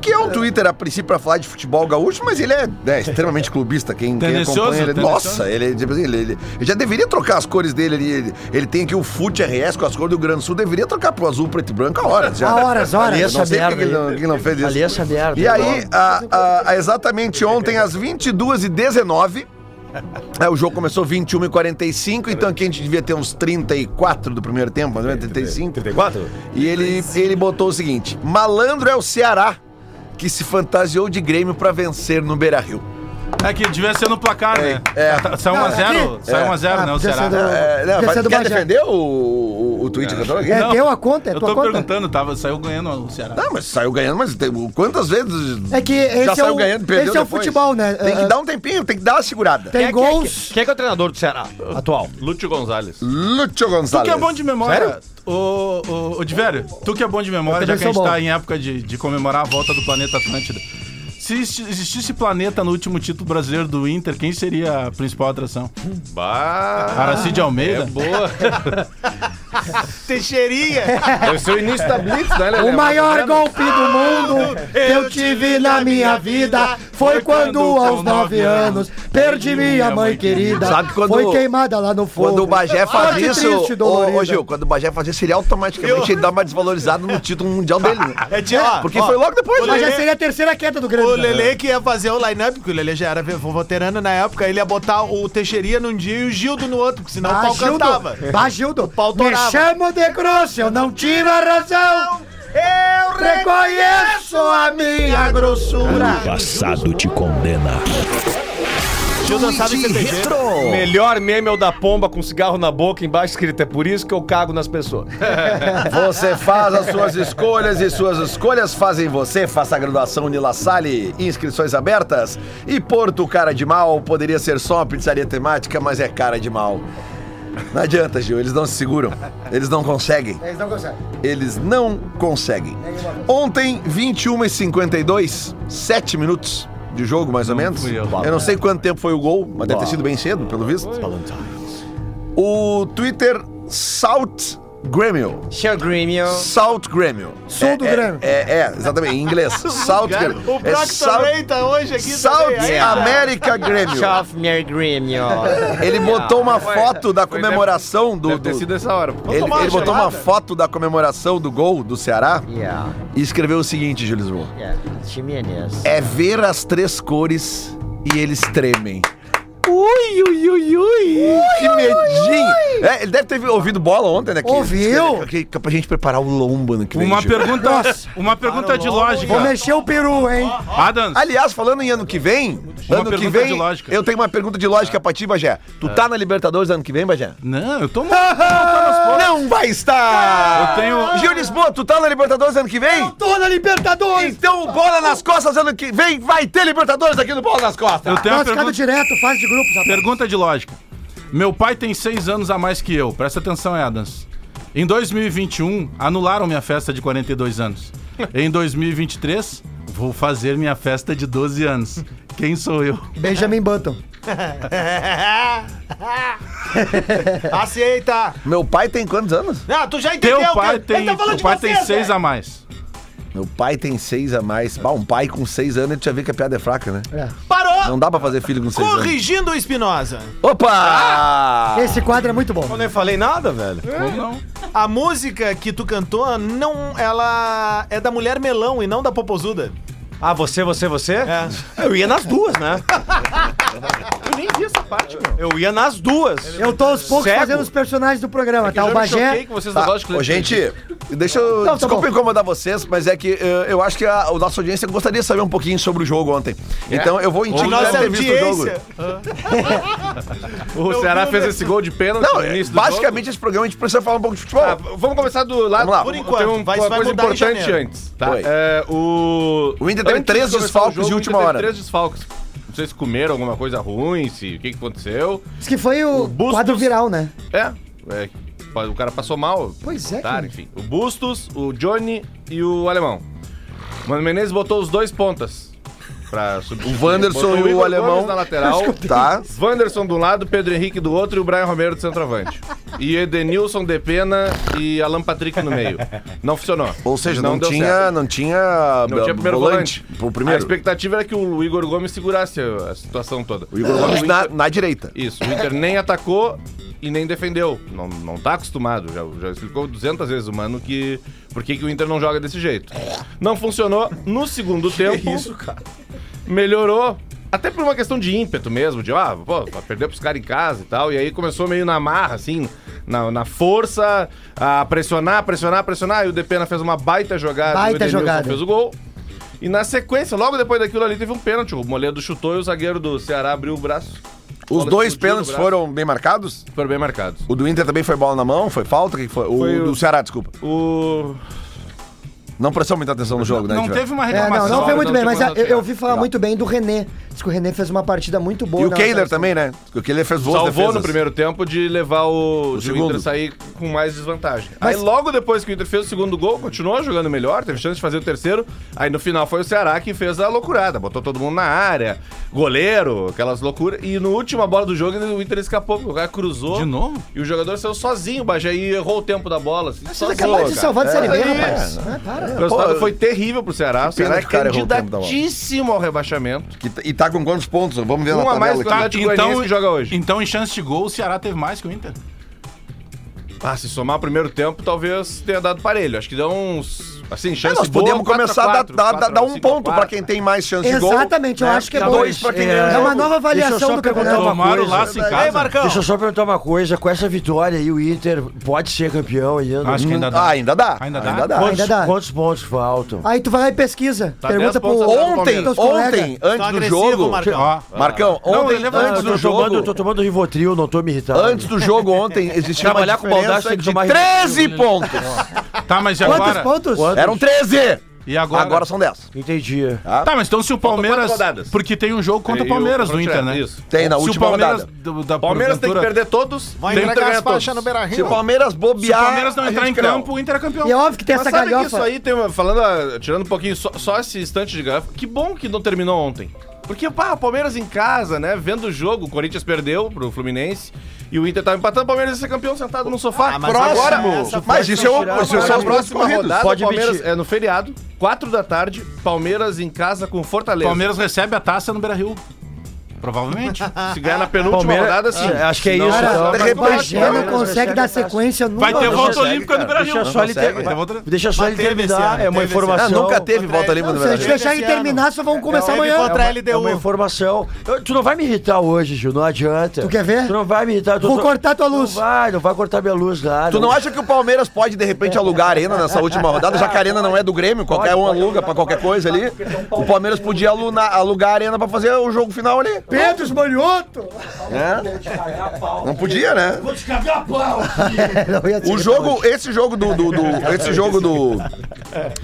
[SPEAKER 2] que é um Twitter a princípio para falar de futebol gaúcho, mas ele é né, extremamente clubista. Quem, quem
[SPEAKER 3] Tendencioso,
[SPEAKER 2] acompanha ele,
[SPEAKER 3] tendencioso.
[SPEAKER 2] nossa, ele, é, tipo assim, ele- ele- ele- ele já deveria trocar as cores dele ali. Ele, ele tem aqui o fute RS com as cores do Grande Sul, deveria trocar pro azul, preto e branco há horas já.
[SPEAKER 7] Há horas, horas.
[SPEAKER 2] Ali essa
[SPEAKER 7] Essa
[SPEAKER 2] merda. Que ele
[SPEAKER 7] merda aí.
[SPEAKER 2] não, que ele não fez isso.
[SPEAKER 7] Ali essa merda.
[SPEAKER 2] E aí, a- a- a exatamente ontem, às 22h19, é, o jogo começou 21 e 45, então aqui a gente devia ter uns 34 do primeiro tempo, mais ou menos 35.
[SPEAKER 5] 34?
[SPEAKER 2] E ele, ele botou o seguinte: malandro é o Ceará, que se fantasiou de Grêmio pra vencer no Beira Rio.
[SPEAKER 3] É que devia ser no placar, né?
[SPEAKER 2] É.
[SPEAKER 3] Tá- Saiu
[SPEAKER 7] Não,
[SPEAKER 3] 1x0,
[SPEAKER 7] aqui-
[SPEAKER 3] saiu 1x0,
[SPEAKER 7] Ah,
[SPEAKER 3] né? O
[SPEAKER 7] podia ser
[SPEAKER 3] Ceará.
[SPEAKER 7] do- (laughs)
[SPEAKER 2] É, né,
[SPEAKER 7] Deve
[SPEAKER 2] mas
[SPEAKER 7] ser do
[SPEAKER 2] quer
[SPEAKER 7] Bagé.
[SPEAKER 2] defender o, o, o o tweet que eu tô aqui?
[SPEAKER 7] É
[SPEAKER 3] Não,
[SPEAKER 7] teu a conta? É
[SPEAKER 3] Eu
[SPEAKER 7] tua
[SPEAKER 3] tô
[SPEAKER 7] conta?
[SPEAKER 3] perguntando, tava, saiu ganhando o Ceará.
[SPEAKER 2] Não, mas saiu ganhando, mas tem, quantas vezes
[SPEAKER 7] É que esse
[SPEAKER 2] já
[SPEAKER 7] é
[SPEAKER 2] saiu
[SPEAKER 7] o-
[SPEAKER 2] ganhando, perdeu
[SPEAKER 7] esse é o
[SPEAKER 2] depois?
[SPEAKER 7] futebol, né?
[SPEAKER 2] Tem que
[SPEAKER 7] Ah,
[SPEAKER 2] dar um tempinho, tem que dar uma segurada.
[SPEAKER 7] Tem
[SPEAKER 5] Quem é- quem é-
[SPEAKER 7] gols.
[SPEAKER 5] Quem é que é o treinador do Ceará atual?
[SPEAKER 6] Lúcio Gonzalez.
[SPEAKER 2] Lúcio
[SPEAKER 3] Tu
[SPEAKER 2] Gonçalves.
[SPEAKER 3] que é bom de memória. Ô, ô, ô, Diverio, tu que é bom de memória,
[SPEAKER 7] Eu
[SPEAKER 3] já
[SPEAKER 7] também
[SPEAKER 3] que a gente
[SPEAKER 7] sou bom.
[SPEAKER 3] tá em época de, de comemorar a volta do planeta Atlântida. Se exi- existisse planeta no último título brasileiro do Inter, quem seria a principal atração?
[SPEAKER 6] Bah, é
[SPEAKER 3] Aracide Almeida?
[SPEAKER 6] boa.
[SPEAKER 4] Teixeirinha!
[SPEAKER 5] É
[SPEAKER 6] Deve ser o início da Blitz, né, Lelê?
[SPEAKER 7] O maior golpe do mundo que eu tive na minha vida foi quando, aos nove anos, perdi minha mãe querida.
[SPEAKER 2] Sabe quando-
[SPEAKER 7] foi queimada lá no fogo.
[SPEAKER 2] Quando o Bagé faz
[SPEAKER 7] Morte
[SPEAKER 2] isso,
[SPEAKER 7] Ah, triste,
[SPEAKER 2] ô, ô,
[SPEAKER 7] dolorida.
[SPEAKER 2] Gil, quando o Bagé faz isso, ele automaticamente ele dá uma desvalorizada no título mundial dele. né?
[SPEAKER 4] É de, ó,
[SPEAKER 2] Porque
[SPEAKER 4] ó,
[SPEAKER 2] foi logo depois,
[SPEAKER 4] o
[SPEAKER 2] né?
[SPEAKER 7] Mas já
[SPEAKER 4] Lelê-
[SPEAKER 7] seria a terceira queda do Grêmio. né?
[SPEAKER 4] O Lelê que ia fazer o line-up, porque o Lelê já era veterano na época, ele ia botar o Teixeirinha num dia e o Gildo no outro, porque
[SPEAKER 5] Ah,
[SPEAKER 4] senão o pau
[SPEAKER 7] Bagildo,
[SPEAKER 4] cantava.
[SPEAKER 5] É.
[SPEAKER 7] Bagildo,
[SPEAKER 4] pau
[SPEAKER 7] me
[SPEAKER 4] torava.
[SPEAKER 7] chamo de grosso, eu não tiro a razão.
[SPEAKER 4] Eu
[SPEAKER 7] Reconheço a minha
[SPEAKER 1] O
[SPEAKER 7] grossura.
[SPEAKER 1] passado te condena.
[SPEAKER 4] Gildo sabe que é você
[SPEAKER 5] Melhor meme é o da pomba com cigarro na boca embaixo escrito. É por isso que eu cago nas pessoas.
[SPEAKER 2] Você faz as suas escolhas e suas escolhas fazem você. Faça a graduação de La Salle, inscrições abertas. E Porto Cara de Mal poderia ser só uma pizzaria temática, mas é cara de mal. Não adianta, Gil, eles não se seguram. Eles não conseguem.
[SPEAKER 7] Eles não conseguem.
[SPEAKER 2] Eles não conseguem. Ontem, 21h52, 7 minutos de jogo, mais ou menos.
[SPEAKER 5] fui eu.
[SPEAKER 2] Eu não sei quanto tempo foi o gol, mas deve ter sido bem cedo, pelo visto. O Twitter Salt Grêmio.
[SPEAKER 5] Seu Grêmio.
[SPEAKER 2] Salt Grêmio.
[SPEAKER 7] Sul
[SPEAKER 2] É,
[SPEAKER 7] do
[SPEAKER 2] é,
[SPEAKER 7] Grêmio.
[SPEAKER 2] É, é, exatamente, em inglês. Salt Grêmio.
[SPEAKER 4] O
[SPEAKER 2] É
[SPEAKER 4] Brock
[SPEAKER 2] Salt,
[SPEAKER 4] também tá hoje aqui
[SPEAKER 2] Salt
[SPEAKER 4] também. Aí,
[SPEAKER 2] America Grêmio.
[SPEAKER 5] Meu Grêmio.
[SPEAKER 2] Ele botou uma foto da comemoração do.
[SPEAKER 6] Deve ter
[SPEAKER 2] do-
[SPEAKER 6] sido essa hora. pô.
[SPEAKER 2] ele,
[SPEAKER 4] tomar uma
[SPEAKER 2] ele botou uma
[SPEAKER 4] gelada.
[SPEAKER 2] foto da comemoração do gol do Ceará
[SPEAKER 5] Yeah,
[SPEAKER 2] e escreveu o seguinte, Júlio Lisboa.
[SPEAKER 5] yeah. Chimenez.
[SPEAKER 2] É ver as três cores e eles tremem. Ui, ui, ui, ui! Que medinho! É, ele deve ter ouvido bola ontem, né? que-
[SPEAKER 7] Ouviu?
[SPEAKER 2] Que, que, pra gente preparar o lombo ano que vem.
[SPEAKER 3] Uma
[SPEAKER 2] Gil.
[SPEAKER 3] pergunta,
[SPEAKER 6] (laughs)
[SPEAKER 3] uma pergunta de lógica.
[SPEAKER 7] Vou mexer o peru, hein?
[SPEAKER 3] Adams,
[SPEAKER 2] Aliás, falando em ano que vem, ano que
[SPEAKER 3] pergunta
[SPEAKER 2] vem,
[SPEAKER 3] de lógica. Ah.
[SPEAKER 2] eu tenho uma pergunta de lógica pra ti, Bagé. Tu tá na Libertadores ano que vem, Bagé?
[SPEAKER 3] não, eu tô
[SPEAKER 6] (laughs)
[SPEAKER 3] mo-
[SPEAKER 2] Não vai estar!
[SPEAKER 3] Eu tenho-
[SPEAKER 2] Gil Lisboa, tu tá na Libertadores ano que vem?
[SPEAKER 7] Tô na Libertadores!
[SPEAKER 2] Então o Bola nas Costas ano que vem vai ter Libertadores aqui no Bola nas Costas!
[SPEAKER 3] Eu tenho uma
[SPEAKER 7] Classificado
[SPEAKER 3] pergunta,
[SPEAKER 7] direto, fase de grupos, rapaz.
[SPEAKER 3] pergunta de lógica. Meu pai tem seis anos a mais que eu. Presta atenção, Adams. Em 2021, anularam minha festa de 42 anos. Em 2023, vou fazer minha festa de 12 anos. Quem sou eu?
[SPEAKER 7] Benjamin Button.
[SPEAKER 4] (laughs) Aceita!
[SPEAKER 2] Meu pai tem quantos anos?
[SPEAKER 4] Ah, tu já entendeu,
[SPEAKER 3] Teu
[SPEAKER 4] cara.
[SPEAKER 3] pai tem,
[SPEAKER 4] Ele tá falando
[SPEAKER 3] teu
[SPEAKER 4] de
[SPEAKER 3] pai
[SPEAKER 4] vocês,
[SPEAKER 3] tem seis
[SPEAKER 4] velho.
[SPEAKER 3] a mais.
[SPEAKER 2] Meu pai tem seis a mais. Bah, um pai com seis anos, tu já vê que a piada é fraca, né?
[SPEAKER 4] Parou!
[SPEAKER 2] Não dá pra fazer filho com seis anos.
[SPEAKER 4] Corrigindo o Espinosa.
[SPEAKER 3] Ah!
[SPEAKER 2] Opa!
[SPEAKER 7] Esse quadro é muito bom.
[SPEAKER 5] nem falei nada, velho.
[SPEAKER 3] Como não?
[SPEAKER 4] A música que tu cantou, não, ela é da Mulher Melão e não da Popozuda.
[SPEAKER 5] Ah, você, você, você?
[SPEAKER 4] É.
[SPEAKER 5] Eu ia nas duas, né? Eu nem vi essa parte, meu. Eu ia nas duas.
[SPEAKER 7] Eu tô aos poucos
[SPEAKER 5] Cego.
[SPEAKER 7] fazendo os personagens do programa, tá? O Bagé.
[SPEAKER 6] que vocês
[SPEAKER 2] Tá.
[SPEAKER 6] não gostam
[SPEAKER 2] Ô,
[SPEAKER 6] de
[SPEAKER 2] gente, deixa eu.
[SPEAKER 7] Não, tá
[SPEAKER 2] desculpa
[SPEAKER 7] bom.
[SPEAKER 2] incomodar vocês, mas é que eh, eu acho que a, a nossa audiência gostaria de saber um pouquinho sobre o jogo ontem.
[SPEAKER 6] É?
[SPEAKER 2] Então eu vou indicar
[SPEAKER 4] Nossa
[SPEAKER 2] deve ter visto o jogo.
[SPEAKER 4] audiência.
[SPEAKER 6] O Ceará fez esse gol de pênalti
[SPEAKER 2] Não,
[SPEAKER 6] no
[SPEAKER 7] é
[SPEAKER 6] início do
[SPEAKER 2] basicamente esse programa a gente precisa falar um pouco de futebol.
[SPEAKER 6] jogo. Ah, vamos começar do lado.
[SPEAKER 2] Vamos lá.
[SPEAKER 6] Por
[SPEAKER 2] Por
[SPEAKER 6] enquanto,
[SPEAKER 4] enquanto,
[SPEAKER 6] tem um-
[SPEAKER 4] vai-
[SPEAKER 6] uma
[SPEAKER 4] vai
[SPEAKER 6] coisa
[SPEAKER 4] mudar em
[SPEAKER 6] importante
[SPEAKER 4] janeiro.
[SPEAKER 6] antes. Tá?
[SPEAKER 2] Oi.
[SPEAKER 6] É, o...
[SPEAKER 2] O Inter teve
[SPEAKER 6] antes
[SPEAKER 2] três
[SPEAKER 6] de começar
[SPEAKER 2] desfalques
[SPEAKER 6] o jogo,
[SPEAKER 2] de
[SPEAKER 6] o
[SPEAKER 2] última
[SPEAKER 6] Inter teve
[SPEAKER 2] hora.
[SPEAKER 6] Três desfalques. Não sei se comeram alguma coisa ruim, se o que, que aconteceu.
[SPEAKER 7] Diz que foi o
[SPEAKER 6] Bustos.
[SPEAKER 7] quadro viral, né?
[SPEAKER 6] É, é, o cara passou mal.
[SPEAKER 7] Pois é,
[SPEAKER 6] Tá,
[SPEAKER 7] cara.
[SPEAKER 6] enfim. O Bustos, o Johnny e o Alemão. Mano Menezes botou os dois pontas. Pra substituir.
[SPEAKER 2] O Wanderson
[SPEAKER 6] Botou
[SPEAKER 2] e o
[SPEAKER 6] Igor
[SPEAKER 2] Alemão.
[SPEAKER 6] Gomes na lateral.
[SPEAKER 2] (laughs)
[SPEAKER 6] (laughs)
[SPEAKER 2] Tá?
[SPEAKER 6] Wanderson de um lado, Pedro Henrique do outro e o Brian Romero do centroavante. E Edenilson de Pena e Alan Patrick no meio. Não funcionou.
[SPEAKER 2] Ou seja, não,
[SPEAKER 6] deu
[SPEAKER 2] tinha,
[SPEAKER 6] certo.
[SPEAKER 2] não tinha. eh,
[SPEAKER 6] Não tinha primeiro volante.
[SPEAKER 2] O primeiro.
[SPEAKER 6] A expectativa era que o Igor Gomes segurasse a a situação toda.
[SPEAKER 2] O Igor Gomes na, na direita.
[SPEAKER 6] Isso, o Inter nem atacou e nem defendeu. Não, não tá acostumado. Já, já explicou 200 vezes o Mano que, por que, que o Inter não joga desse jeito. Não funcionou no segundo tempo. isso, cara? Melhorou. Até por uma questão de ímpeto mesmo, de, ah, pô, vai perder pros caras em casa e tal. E aí começou meio na marra, assim, na, na força, a pressionar, pressionar, pressionar. E o Depena fez uma baita jogada.
[SPEAKER 7] Baita
[SPEAKER 6] o Edenilson
[SPEAKER 7] jogada.
[SPEAKER 6] Fez o gol. E na sequência, logo depois daquilo ali, teve um pênalti. O Moledo chutou e o zagueiro do Ceará abriu o braço.
[SPEAKER 2] Os
[SPEAKER 6] Bola
[SPEAKER 2] dois
[SPEAKER 6] explodiu no
[SPEAKER 2] pênaltis
[SPEAKER 6] braço.
[SPEAKER 2] foram bem marcados?
[SPEAKER 6] Foram bem marcados.
[SPEAKER 2] O do Inter também foi bola na mão? Foi falta? O que foi? O
[SPEAKER 6] Foi
[SPEAKER 2] do
[SPEAKER 6] o-
[SPEAKER 2] Ceará, desculpa.
[SPEAKER 6] O.
[SPEAKER 2] Não prestou muita atenção no jogo, né?
[SPEAKER 3] Não
[SPEAKER 2] Diver?
[SPEAKER 3] teve uma
[SPEAKER 7] É,
[SPEAKER 3] reclamação.
[SPEAKER 7] não, não foi muito
[SPEAKER 6] não
[SPEAKER 7] bem,
[SPEAKER 6] tinha
[SPEAKER 7] mas ah,
[SPEAKER 6] quanto
[SPEAKER 7] eu, eu
[SPEAKER 6] tirar.
[SPEAKER 7] ouvi falar muito bem do René. Diz que o René fez uma partida muito
[SPEAKER 6] um
[SPEAKER 7] boa.
[SPEAKER 2] E o
[SPEAKER 7] na
[SPEAKER 2] Kehler
[SPEAKER 7] outra-
[SPEAKER 2] também, né? Porque o Kehler fez boas
[SPEAKER 6] Salvou
[SPEAKER 2] defesas.
[SPEAKER 6] no primeiro tempo de levar o, de o
[SPEAKER 2] segundo.
[SPEAKER 6] Inter sair com mais desvantagem.
[SPEAKER 7] Mas-
[SPEAKER 6] Aí logo depois que o Inter fez o segundo gol, continuou jogando melhor, teve chance de fazer o terceiro. Aí no final foi o Ceará que fez a loucurada, botou todo mundo na área, goleiro, aquelas loucuras. E no última bola do jogo o Inter escapou, porque o cara cruzou.
[SPEAKER 3] De novo?
[SPEAKER 6] E o jogador saiu sozinho, o Bagé, e errou o tempo da bola. Assim,
[SPEAKER 7] Vocês
[SPEAKER 6] sozinho,
[SPEAKER 7] acabaram tá de
[SPEAKER 6] cara.
[SPEAKER 7] salvar de Série B,
[SPEAKER 6] É,
[SPEAKER 7] rapaz.
[SPEAKER 6] é.
[SPEAKER 7] Ah, para.
[SPEAKER 6] O resultado
[SPEAKER 2] Pô,
[SPEAKER 6] foi terrível pro Ceará.
[SPEAKER 2] pena
[SPEAKER 6] O Ceará é
[SPEAKER 2] que o cara errou o tempo da bola.
[SPEAKER 6] candidatíssimo ao rebaixamento.
[SPEAKER 2] Que t- e tá com quantos pontos? Vamos ver na
[SPEAKER 6] Um a
[SPEAKER 2] tabela
[SPEAKER 6] mais
[SPEAKER 2] aqui.
[SPEAKER 6] que o Atlético Goianiense que joga hoje.
[SPEAKER 3] Tá, Então, em chance de gol, o Ceará teve mais que o Inter.
[SPEAKER 6] Ah, se somar o primeiro tempo, talvez tenha dado parelho. Acho que dá uns. Assim,
[SPEAKER 2] É,
[SPEAKER 6] chance
[SPEAKER 2] nós
[SPEAKER 6] boa,
[SPEAKER 2] podemos
[SPEAKER 6] quatro
[SPEAKER 2] começar a dar-
[SPEAKER 6] quatro,
[SPEAKER 2] dar,
[SPEAKER 6] quatro
[SPEAKER 2] dar- dar um
[SPEAKER 6] cinco
[SPEAKER 2] ponto pra
[SPEAKER 6] quatro.
[SPEAKER 2] quem tem mais chance de gol.
[SPEAKER 7] Exatamente, eu acho que é bom.
[SPEAKER 2] Dois pra quem ganha.
[SPEAKER 7] É uma nova
[SPEAKER 8] Deixa eu
[SPEAKER 7] avaliação
[SPEAKER 8] só
[SPEAKER 7] do
[SPEAKER 8] perguntar
[SPEAKER 7] campeonato.
[SPEAKER 8] uma
[SPEAKER 3] Tomaram o
[SPEAKER 8] coisa.
[SPEAKER 3] laço em
[SPEAKER 4] Ei,
[SPEAKER 3] casa.
[SPEAKER 4] Marcão!
[SPEAKER 8] Deixa eu só perguntar uma coisa, com essa vitória aí, o Inter pode ser campeão ainda?
[SPEAKER 3] Acho que ainda
[SPEAKER 2] Ah,
[SPEAKER 3] dá.
[SPEAKER 2] ainda dá.
[SPEAKER 3] Ainda dá?
[SPEAKER 7] Ainda dá.
[SPEAKER 8] Quantos pontos faltam?
[SPEAKER 7] Aí tu vai lá e pesquisa. Pergunta pro
[SPEAKER 6] 10 pontos atrás do
[SPEAKER 2] Ontem,
[SPEAKER 7] teus colegas.
[SPEAKER 2] ontem, antes do
[SPEAKER 4] agressivo,
[SPEAKER 2] jogo.
[SPEAKER 4] Marcão.
[SPEAKER 3] Ó,
[SPEAKER 2] Marcão, ontem,
[SPEAKER 6] É,
[SPEAKER 3] levanta,
[SPEAKER 2] antes
[SPEAKER 8] eu tô
[SPEAKER 2] do
[SPEAKER 8] tomando, eu tô
[SPEAKER 2] jogo.
[SPEAKER 8] tomando Rivotril, não tô me irritando.
[SPEAKER 2] Antes do jogo ontem existia uma
[SPEAKER 8] Trabalhar com
[SPEAKER 2] diferença
[SPEAKER 8] Baldassi tem que
[SPEAKER 2] de
[SPEAKER 8] tomar
[SPEAKER 2] 13 pontos.
[SPEAKER 3] tá, mas e
[SPEAKER 7] Quantos
[SPEAKER 3] agora?
[SPEAKER 7] pontos?
[SPEAKER 8] Quantos?
[SPEAKER 2] Eram 13.
[SPEAKER 3] E agora?
[SPEAKER 2] Agora são 10.
[SPEAKER 8] Entendi.
[SPEAKER 3] Tá, mas então se o Palmeiras.
[SPEAKER 6] quantas rodadas?
[SPEAKER 3] Porque tem um jogo contra o
[SPEAKER 6] E o
[SPEAKER 3] Palmeiras do
[SPEAKER 6] Frontier,
[SPEAKER 3] Inter, né?
[SPEAKER 6] isso.
[SPEAKER 2] Tem na
[SPEAKER 3] se
[SPEAKER 2] última
[SPEAKER 3] o Palmeiras
[SPEAKER 2] rodada.
[SPEAKER 3] do- da
[SPEAKER 6] Palmeiras tem que
[SPEAKER 3] porventura-
[SPEAKER 6] perder todos.
[SPEAKER 4] Vai
[SPEAKER 6] tem que
[SPEAKER 4] entregar
[SPEAKER 6] ganhar
[SPEAKER 4] as faixas
[SPEAKER 6] todos.
[SPEAKER 4] no Beira
[SPEAKER 2] Se o
[SPEAKER 4] Rio.
[SPEAKER 2] Palmeiras
[SPEAKER 3] Se o
[SPEAKER 2] bobear.
[SPEAKER 3] Palmeiras não
[SPEAKER 2] a
[SPEAKER 3] entrar
[SPEAKER 2] gente
[SPEAKER 3] em
[SPEAKER 2] ganha.
[SPEAKER 3] campo, o Inter é campeão.
[SPEAKER 7] E é óbvio que tem
[SPEAKER 6] Mas
[SPEAKER 7] essa
[SPEAKER 6] sabe que isso
[SPEAKER 7] galhofa.
[SPEAKER 6] aí tem uma, falando, ah, tirando um pouquinho só, só esse instante de galhofa, que bom que não terminou ontem. Porque, pá, o Palmeiras em casa, né? Vendo o jogo, o Corinthians perdeu pro Fluminense e o Inter tava empatando, o Palmeiras ia ser campeão sentado no sofá.
[SPEAKER 4] Ah, mas
[SPEAKER 6] Agora,
[SPEAKER 4] essa-
[SPEAKER 6] pô,
[SPEAKER 4] essa
[SPEAKER 2] Mas
[SPEAKER 4] foi
[SPEAKER 2] isso é uma-
[SPEAKER 4] tirar-
[SPEAKER 2] isso é só
[SPEAKER 6] na
[SPEAKER 2] os pontos
[SPEAKER 6] próxima
[SPEAKER 2] corridos.
[SPEAKER 6] rodada,
[SPEAKER 8] Pode
[SPEAKER 6] o Palmeiras
[SPEAKER 8] pedir.
[SPEAKER 6] é no feriado, 4 da tarde, Palmeiras em casa com
[SPEAKER 3] O
[SPEAKER 6] Fortaleza.
[SPEAKER 3] Palmeiras recebe a taça no Beira Rio. Provavelmente.
[SPEAKER 6] se ganhar na penúltima rodada, sim.
[SPEAKER 8] É, acho que é
[SPEAKER 6] Senão- tá
[SPEAKER 8] isso.
[SPEAKER 7] Cara,
[SPEAKER 8] só.
[SPEAKER 2] de
[SPEAKER 7] o
[SPEAKER 2] repente,
[SPEAKER 7] Bagé não
[SPEAKER 2] Palmeiras
[SPEAKER 7] consegue dar sequência nunca.
[SPEAKER 3] Vai ter
[SPEAKER 7] Não,
[SPEAKER 3] volta
[SPEAKER 2] consegue,
[SPEAKER 3] olímpica no
[SPEAKER 2] cara.
[SPEAKER 3] Beira Rio.
[SPEAKER 8] Deixa só ele
[SPEAKER 2] consegue,
[SPEAKER 8] ter-
[SPEAKER 3] Vai ter volta-
[SPEAKER 8] Deixa só
[SPEAKER 4] Mas
[SPEAKER 8] ele
[SPEAKER 4] teve esse
[SPEAKER 8] terminar, é
[SPEAKER 4] ano,
[SPEAKER 8] uma
[SPEAKER 4] teve esse ano.
[SPEAKER 8] informação.
[SPEAKER 2] Ah, nunca teve volta livre no
[SPEAKER 7] Se a gente
[SPEAKER 2] Brasil.
[SPEAKER 7] deixar ele
[SPEAKER 4] Esse ano.
[SPEAKER 7] terminar, só vamos começar
[SPEAKER 4] Ele
[SPEAKER 7] amanhã.
[SPEAKER 4] contra a
[SPEAKER 8] É
[SPEAKER 6] um.
[SPEAKER 8] uma
[SPEAKER 4] LDU.
[SPEAKER 8] informação. Eu- tu não vai me irritar hoje, Gil, não adianta.
[SPEAKER 7] Tu quer ver?
[SPEAKER 8] Tu não vai me irritar. eu tô-
[SPEAKER 7] Vou
[SPEAKER 8] tô-
[SPEAKER 7] cortar tua luz.
[SPEAKER 8] Não vai, não vai cortar minha luz, nada.
[SPEAKER 2] Tu não acha que o Palmeiras pode, de repente, alugar a arena nessa última rodada? Já que a arena não é do Grêmio, qualquer um aluga pra qualquer coisa ali. O Palmeiras podia alunar- alugar a arena pra fazer o jogo final ali.
[SPEAKER 7] Pedro Esmanioto!
[SPEAKER 2] Não podia, né?
[SPEAKER 7] Não, ia ser
[SPEAKER 2] O jogo, esse jogo do, do- do- esse jogo do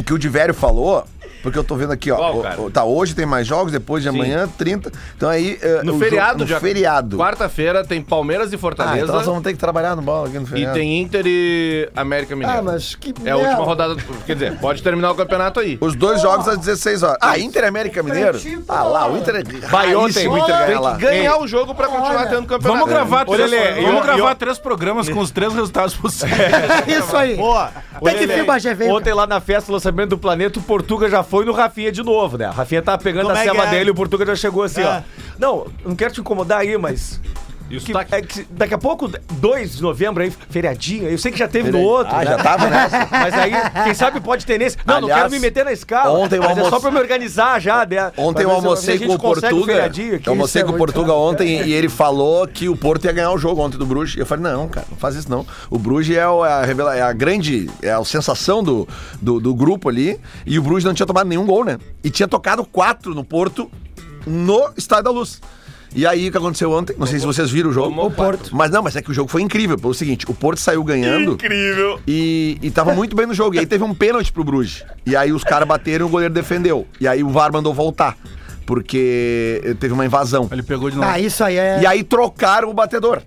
[SPEAKER 2] que o Divério falou, porque eu tô vendo aqui, ó,
[SPEAKER 6] Qual,
[SPEAKER 2] o-
[SPEAKER 6] cara?
[SPEAKER 2] o- tá hoje tem mais jogos, depois de amanhã 30. Então aí é,
[SPEAKER 6] No
[SPEAKER 2] o
[SPEAKER 6] feriado,
[SPEAKER 2] jogo, no
[SPEAKER 6] já.
[SPEAKER 2] feriado.
[SPEAKER 6] Quarta-feira tem Palmeiras e
[SPEAKER 2] Ah, então
[SPEAKER 6] Fortaleza.
[SPEAKER 2] nós vamos ter que trabalhar no bola aqui no
[SPEAKER 6] e
[SPEAKER 2] feriado.
[SPEAKER 6] tem Inter e América Mineiro.
[SPEAKER 7] Ah, mas que
[SPEAKER 6] É a última rodada. do- Quer dizer, pode terminar o campeonato aí.
[SPEAKER 2] Os dois jogos às 16 horas. Ah, Inter e América Mineiro? Ah lá, o Inter é
[SPEAKER 6] Vai ontem,
[SPEAKER 2] raríssimo o Inter ganha lá.
[SPEAKER 6] Ganhar o jogo pra continuar tendo campeonato.
[SPEAKER 3] Vamos gravar três,
[SPEAKER 5] Lelê,
[SPEAKER 3] vamos
[SPEAKER 5] eu-
[SPEAKER 3] gravar
[SPEAKER 5] eu-
[SPEAKER 3] três programas com os três resultados possíveis.
[SPEAKER 7] É isso aí.
[SPEAKER 4] Boa.
[SPEAKER 7] Até que fim o Bagé veio.
[SPEAKER 5] Ontem lá na festa do lançamento do Planeta, o Portuga já foi no Rafinha de novo, né? A Rafinha tava pegando
[SPEAKER 4] Como
[SPEAKER 5] a
[SPEAKER 4] é que
[SPEAKER 5] ceva
[SPEAKER 4] é?
[SPEAKER 5] dele, o Portuga já chegou assim,
[SPEAKER 4] Ah.
[SPEAKER 5] ó. Não, não quero te incomodar aí, mas...
[SPEAKER 6] Isso
[SPEAKER 5] que-
[SPEAKER 6] tá
[SPEAKER 5] é que daqui a pouco, 2 de novembro aí, feriadinho, eu sei que já teve no outro,
[SPEAKER 2] Ah,
[SPEAKER 5] né?
[SPEAKER 2] já tava nessa.
[SPEAKER 5] (laughs) Mas aí, quem sabe pode ter nesse. Não, não
[SPEAKER 2] Aliás,
[SPEAKER 5] quero me meter na escala.
[SPEAKER 2] ontem eu
[SPEAKER 5] mas é
[SPEAKER 2] almoce-
[SPEAKER 5] só pra eu me organizar já, né?
[SPEAKER 2] Ontem eu
[SPEAKER 5] Pra ver se-
[SPEAKER 2] almocei
[SPEAKER 5] se a
[SPEAKER 2] com o
[SPEAKER 5] gente consegue um
[SPEAKER 2] Portuga.
[SPEAKER 5] feriadinho aqui,
[SPEAKER 2] Eu almocei
[SPEAKER 5] isso
[SPEAKER 2] com
[SPEAKER 5] é
[SPEAKER 2] o
[SPEAKER 5] muito
[SPEAKER 2] Portuga ontem e ele falou que o Porto ia ganhar o jogo ontem do Bruges. Eu falei, não, cara, não faz isso não. O Bruges é, o- é a, revela- é a grande, é a sensação do, do, do grupo ali. E o Bruges não tinha tomado nenhum gol, né? E tinha tocado quatro no Porto no Estádio da Luz. E aí, o que aconteceu ontem? Não sei se vocês viram o jogo.
[SPEAKER 6] tomou
[SPEAKER 2] O Porto. Mas não, mas é que o jogo foi incrível. Pelo seguinte, o Porto saiu ganhando.
[SPEAKER 6] Incrível.
[SPEAKER 2] E, e tava muito bem no jogo. E aí teve um pênalti pro Bruges. E aí os caras bateram e o goleiro defendeu. E aí o VAR mandou voltar. Porque teve uma invasão.
[SPEAKER 3] Ele pegou de novo.
[SPEAKER 7] Ah, isso aí é.
[SPEAKER 2] E aí trocaram o batedor.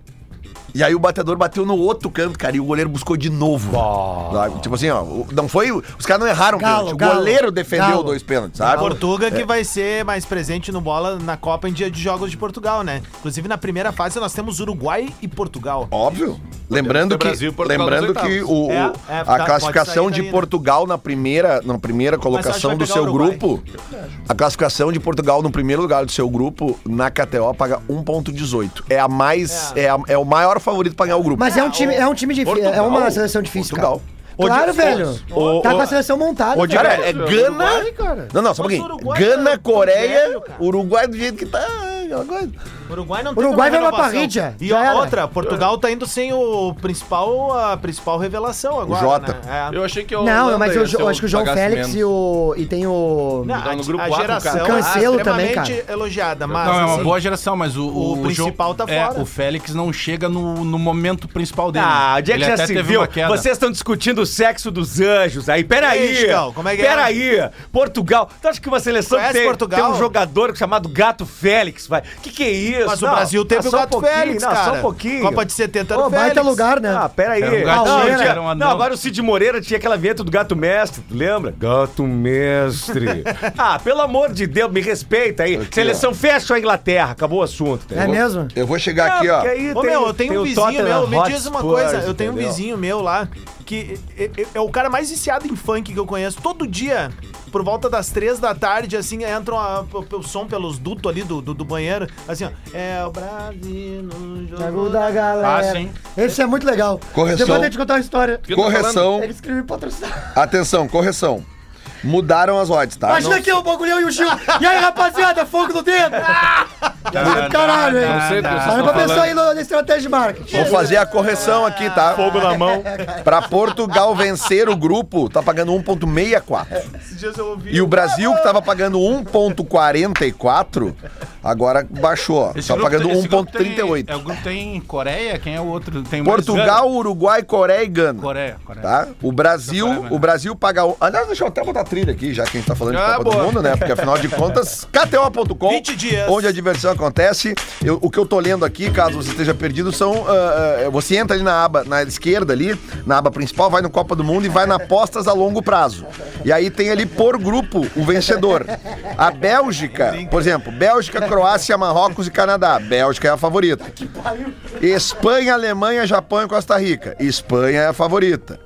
[SPEAKER 2] E aí o batedor bateu no outro canto, cara, e o goleiro buscou de novo. Sabe? Tipo assim, ó, o- não foi. Os caras não erraram o
[SPEAKER 7] Galo,
[SPEAKER 2] pênalti. O
[SPEAKER 7] galo,
[SPEAKER 2] goleiro defendeu
[SPEAKER 7] galo.
[SPEAKER 2] dois pênaltis, sabe?
[SPEAKER 4] Portuga que vai ser mais presente no bola na Copa em dia de jogos de Portugal, né? Inclusive na primeira fase nós temos Uruguai e Portugal.
[SPEAKER 2] Óbvio. Lembrando
[SPEAKER 6] Tem
[SPEAKER 2] que,
[SPEAKER 6] Brasil e Portugal
[SPEAKER 2] lembrando
[SPEAKER 6] nos
[SPEAKER 2] que
[SPEAKER 6] oitavos.
[SPEAKER 2] o, o-
[SPEAKER 4] É, é, tá,
[SPEAKER 2] a
[SPEAKER 4] pode
[SPEAKER 2] classificação
[SPEAKER 4] sair
[SPEAKER 2] de
[SPEAKER 4] daí, né?
[SPEAKER 2] Portugal na primeira, na primeira colocação
[SPEAKER 4] acho
[SPEAKER 2] do
[SPEAKER 4] que vai pegar
[SPEAKER 2] seu
[SPEAKER 4] o Uruguai.
[SPEAKER 2] grupo,
[SPEAKER 6] É
[SPEAKER 2] a classificação de Portugal no primeiro lugar do seu grupo na KTO paga 1.18. É a mais é. a- é o maior favorito para ganhar o grupo.
[SPEAKER 7] Mas é um time, é um time difícil. É uma seleção difícil. cara.
[SPEAKER 2] Portugal.
[SPEAKER 7] Claro,
[SPEAKER 5] Ô,
[SPEAKER 7] velho.
[SPEAKER 5] ô,
[SPEAKER 7] tá
[SPEAKER 5] ô,
[SPEAKER 7] com a seleção montada.
[SPEAKER 5] ô,
[SPEAKER 2] Cara,
[SPEAKER 7] cara.
[SPEAKER 2] é Gana.
[SPEAKER 4] cara.
[SPEAKER 2] Não, não, só um
[SPEAKER 4] Mas o
[SPEAKER 2] pouquinho.
[SPEAKER 4] Uruguai
[SPEAKER 2] Gana,
[SPEAKER 4] tá-
[SPEAKER 2] Coreia,
[SPEAKER 4] velho, cara.
[SPEAKER 2] Uruguai do jeito que tá. aquela coisa.
[SPEAKER 4] Uruguai não
[SPEAKER 7] Uruguai
[SPEAKER 4] teve
[SPEAKER 7] vai
[SPEAKER 4] uma
[SPEAKER 7] pra
[SPEAKER 4] renovação.
[SPEAKER 7] parrilla,
[SPEAKER 4] E
[SPEAKER 7] já
[SPEAKER 4] a
[SPEAKER 7] era.
[SPEAKER 4] outra, Portugal tá indo sem o principal, a principal revelação agora.
[SPEAKER 2] Jota.
[SPEAKER 4] né? É.
[SPEAKER 6] Eu achei que eu.
[SPEAKER 7] Não, mas eu, jo- acho que o João Félix e o. E tem o.
[SPEAKER 4] Não,
[SPEAKER 6] Tá no
[SPEAKER 4] a-
[SPEAKER 6] grupo A
[SPEAKER 4] a
[SPEAKER 6] com o
[SPEAKER 4] geração
[SPEAKER 7] cara. Cancelo
[SPEAKER 4] é
[SPEAKER 7] também, cara.
[SPEAKER 4] extremamente elogiada, mas
[SPEAKER 3] Não, é uma
[SPEAKER 4] assim,
[SPEAKER 3] boa geração, mas o,
[SPEAKER 4] o principal tá
[SPEAKER 3] é,
[SPEAKER 4] fora.
[SPEAKER 3] o Félix não chega no, no momento principal dele.
[SPEAKER 5] Ah, onde é que
[SPEAKER 3] Ele
[SPEAKER 5] já
[SPEAKER 3] até
[SPEAKER 5] se
[SPEAKER 3] teve
[SPEAKER 5] viu?
[SPEAKER 3] uma queda.
[SPEAKER 5] Vocês estão discutindo o sexo dos anjos aí. Peraí!
[SPEAKER 4] Ei, Chicão, como é que é?
[SPEAKER 5] Peraí! Portugal. Tu acha que uma seleção
[SPEAKER 4] Conhece
[SPEAKER 5] tem,
[SPEAKER 4] Portugal?
[SPEAKER 5] tem um jogador chamado Gato Félix, vai? Que que é isso?
[SPEAKER 4] Mas
[SPEAKER 5] Não,
[SPEAKER 4] o Brasil teve
[SPEAKER 5] ah,
[SPEAKER 4] o
[SPEAKER 5] só um
[SPEAKER 4] Gato
[SPEAKER 5] pouquinho,
[SPEAKER 4] Félix,
[SPEAKER 5] não,
[SPEAKER 4] cara.
[SPEAKER 5] Só um pouquinho.
[SPEAKER 4] Copa de 70 era
[SPEAKER 7] Pô,
[SPEAKER 4] o Félix.
[SPEAKER 7] baita lugar, né?
[SPEAKER 5] Ah, peraí.
[SPEAKER 3] Era um
[SPEAKER 5] não,
[SPEAKER 3] gatinho,
[SPEAKER 5] tinha-
[SPEAKER 3] era um anão.
[SPEAKER 5] não, agora o Cid Moreira tinha aquela vinheta do Gato Mestre, tu lembra? Gato Mestre. (laughs) ah, pelo amor de Deus, me respeita aí. Seleção fecha a Inglaterra, acabou o assunto. tá
[SPEAKER 7] é
[SPEAKER 5] ligado?
[SPEAKER 7] mesmo?
[SPEAKER 2] Eu vou chegar aqui,
[SPEAKER 5] Não,
[SPEAKER 2] ó.
[SPEAKER 5] porque aí
[SPEAKER 4] Ô,
[SPEAKER 5] tem-
[SPEAKER 4] meu, eu tenho
[SPEAKER 5] tem
[SPEAKER 4] um
[SPEAKER 5] o
[SPEAKER 4] vizinho
[SPEAKER 5] Tottenham
[SPEAKER 4] meu, me diz uma
[SPEAKER 5] Hotspurs,
[SPEAKER 4] coisa, eu tenho um
[SPEAKER 5] entendeu?
[SPEAKER 4] vizinho meu lá que é, é- é o cara mais viciado em funk que eu conheço. Todo dia, por volta das três da tarde, assim, entra uma- p- p- o som pelos dutos ali do, do, do banheiro, assim, ó. É o Brasil no
[SPEAKER 7] Jogo
[SPEAKER 4] jogo
[SPEAKER 7] da galera.
[SPEAKER 3] Ah, sim.
[SPEAKER 7] Esse é muito legal.
[SPEAKER 2] Correção. Ah,
[SPEAKER 7] Depois eu vou te contar uma história.
[SPEAKER 2] Correção,
[SPEAKER 7] Eles queriam me patrocinar.
[SPEAKER 2] atenção, correção. Mudaram as odds, tá?
[SPEAKER 7] Imagina aqui o bagulhão e o Gil. E aí, rapaziada, fogo no dedo. Ah, Caralho, hein?
[SPEAKER 6] Não sei do que vocês
[SPEAKER 7] Para
[SPEAKER 6] estão
[SPEAKER 7] pra pensar aí
[SPEAKER 6] falando.
[SPEAKER 7] no- na estratégia de marketing.
[SPEAKER 2] Vou fazer a correção aqui, tá?
[SPEAKER 5] Fogo na mão.
[SPEAKER 2] (laughs) Pra Portugal vencer o grupo, tá pagando 1.64.
[SPEAKER 4] Esses dias eu ouvi.
[SPEAKER 3] um-
[SPEAKER 2] E o Brasil, que tava pagando 1.44, agora baixou. ó.
[SPEAKER 3] Esse
[SPEAKER 2] Tá
[SPEAKER 3] grupo
[SPEAKER 2] pagando
[SPEAKER 3] tem- esse grupo tem- É,
[SPEAKER 2] 1.38.
[SPEAKER 3] o grupo tem Coreia, quem é o outro? Tem mais-
[SPEAKER 2] Portugal, Uruguai, Coreia e Gana.
[SPEAKER 3] Coreia, Coreia.
[SPEAKER 2] Tá? O Brasil,
[SPEAKER 3] Deixa eu parar,
[SPEAKER 2] o Brasil paga. o- Aliás, deixa eu até botar a trilha aqui, já que a gente tá falando de
[SPEAKER 6] né? Ah,
[SPEAKER 2] Copa do
[SPEAKER 6] boa.
[SPEAKER 2] Mundo, né? Porque afinal de contas,
[SPEAKER 6] (laughs)
[SPEAKER 2] KTO.com,
[SPEAKER 4] 20 dias.
[SPEAKER 2] onde a diversão acontece. Eu- o que eu tô lendo aqui, caso você esteja perdido, são. ah, ah, você entra ali na aba, na esquerda ali, na aba principal, vai no Copa do Mundo e vai na apostas a longo prazo. E aí tem ali por grupo o vencedor. A Bélgica, por exemplo, Bélgica, Croácia, Marrocos e Canadá. Bélgica é a favorita. Espanha, Alemanha, Japão e Costa Rica. Espanha é a favorita.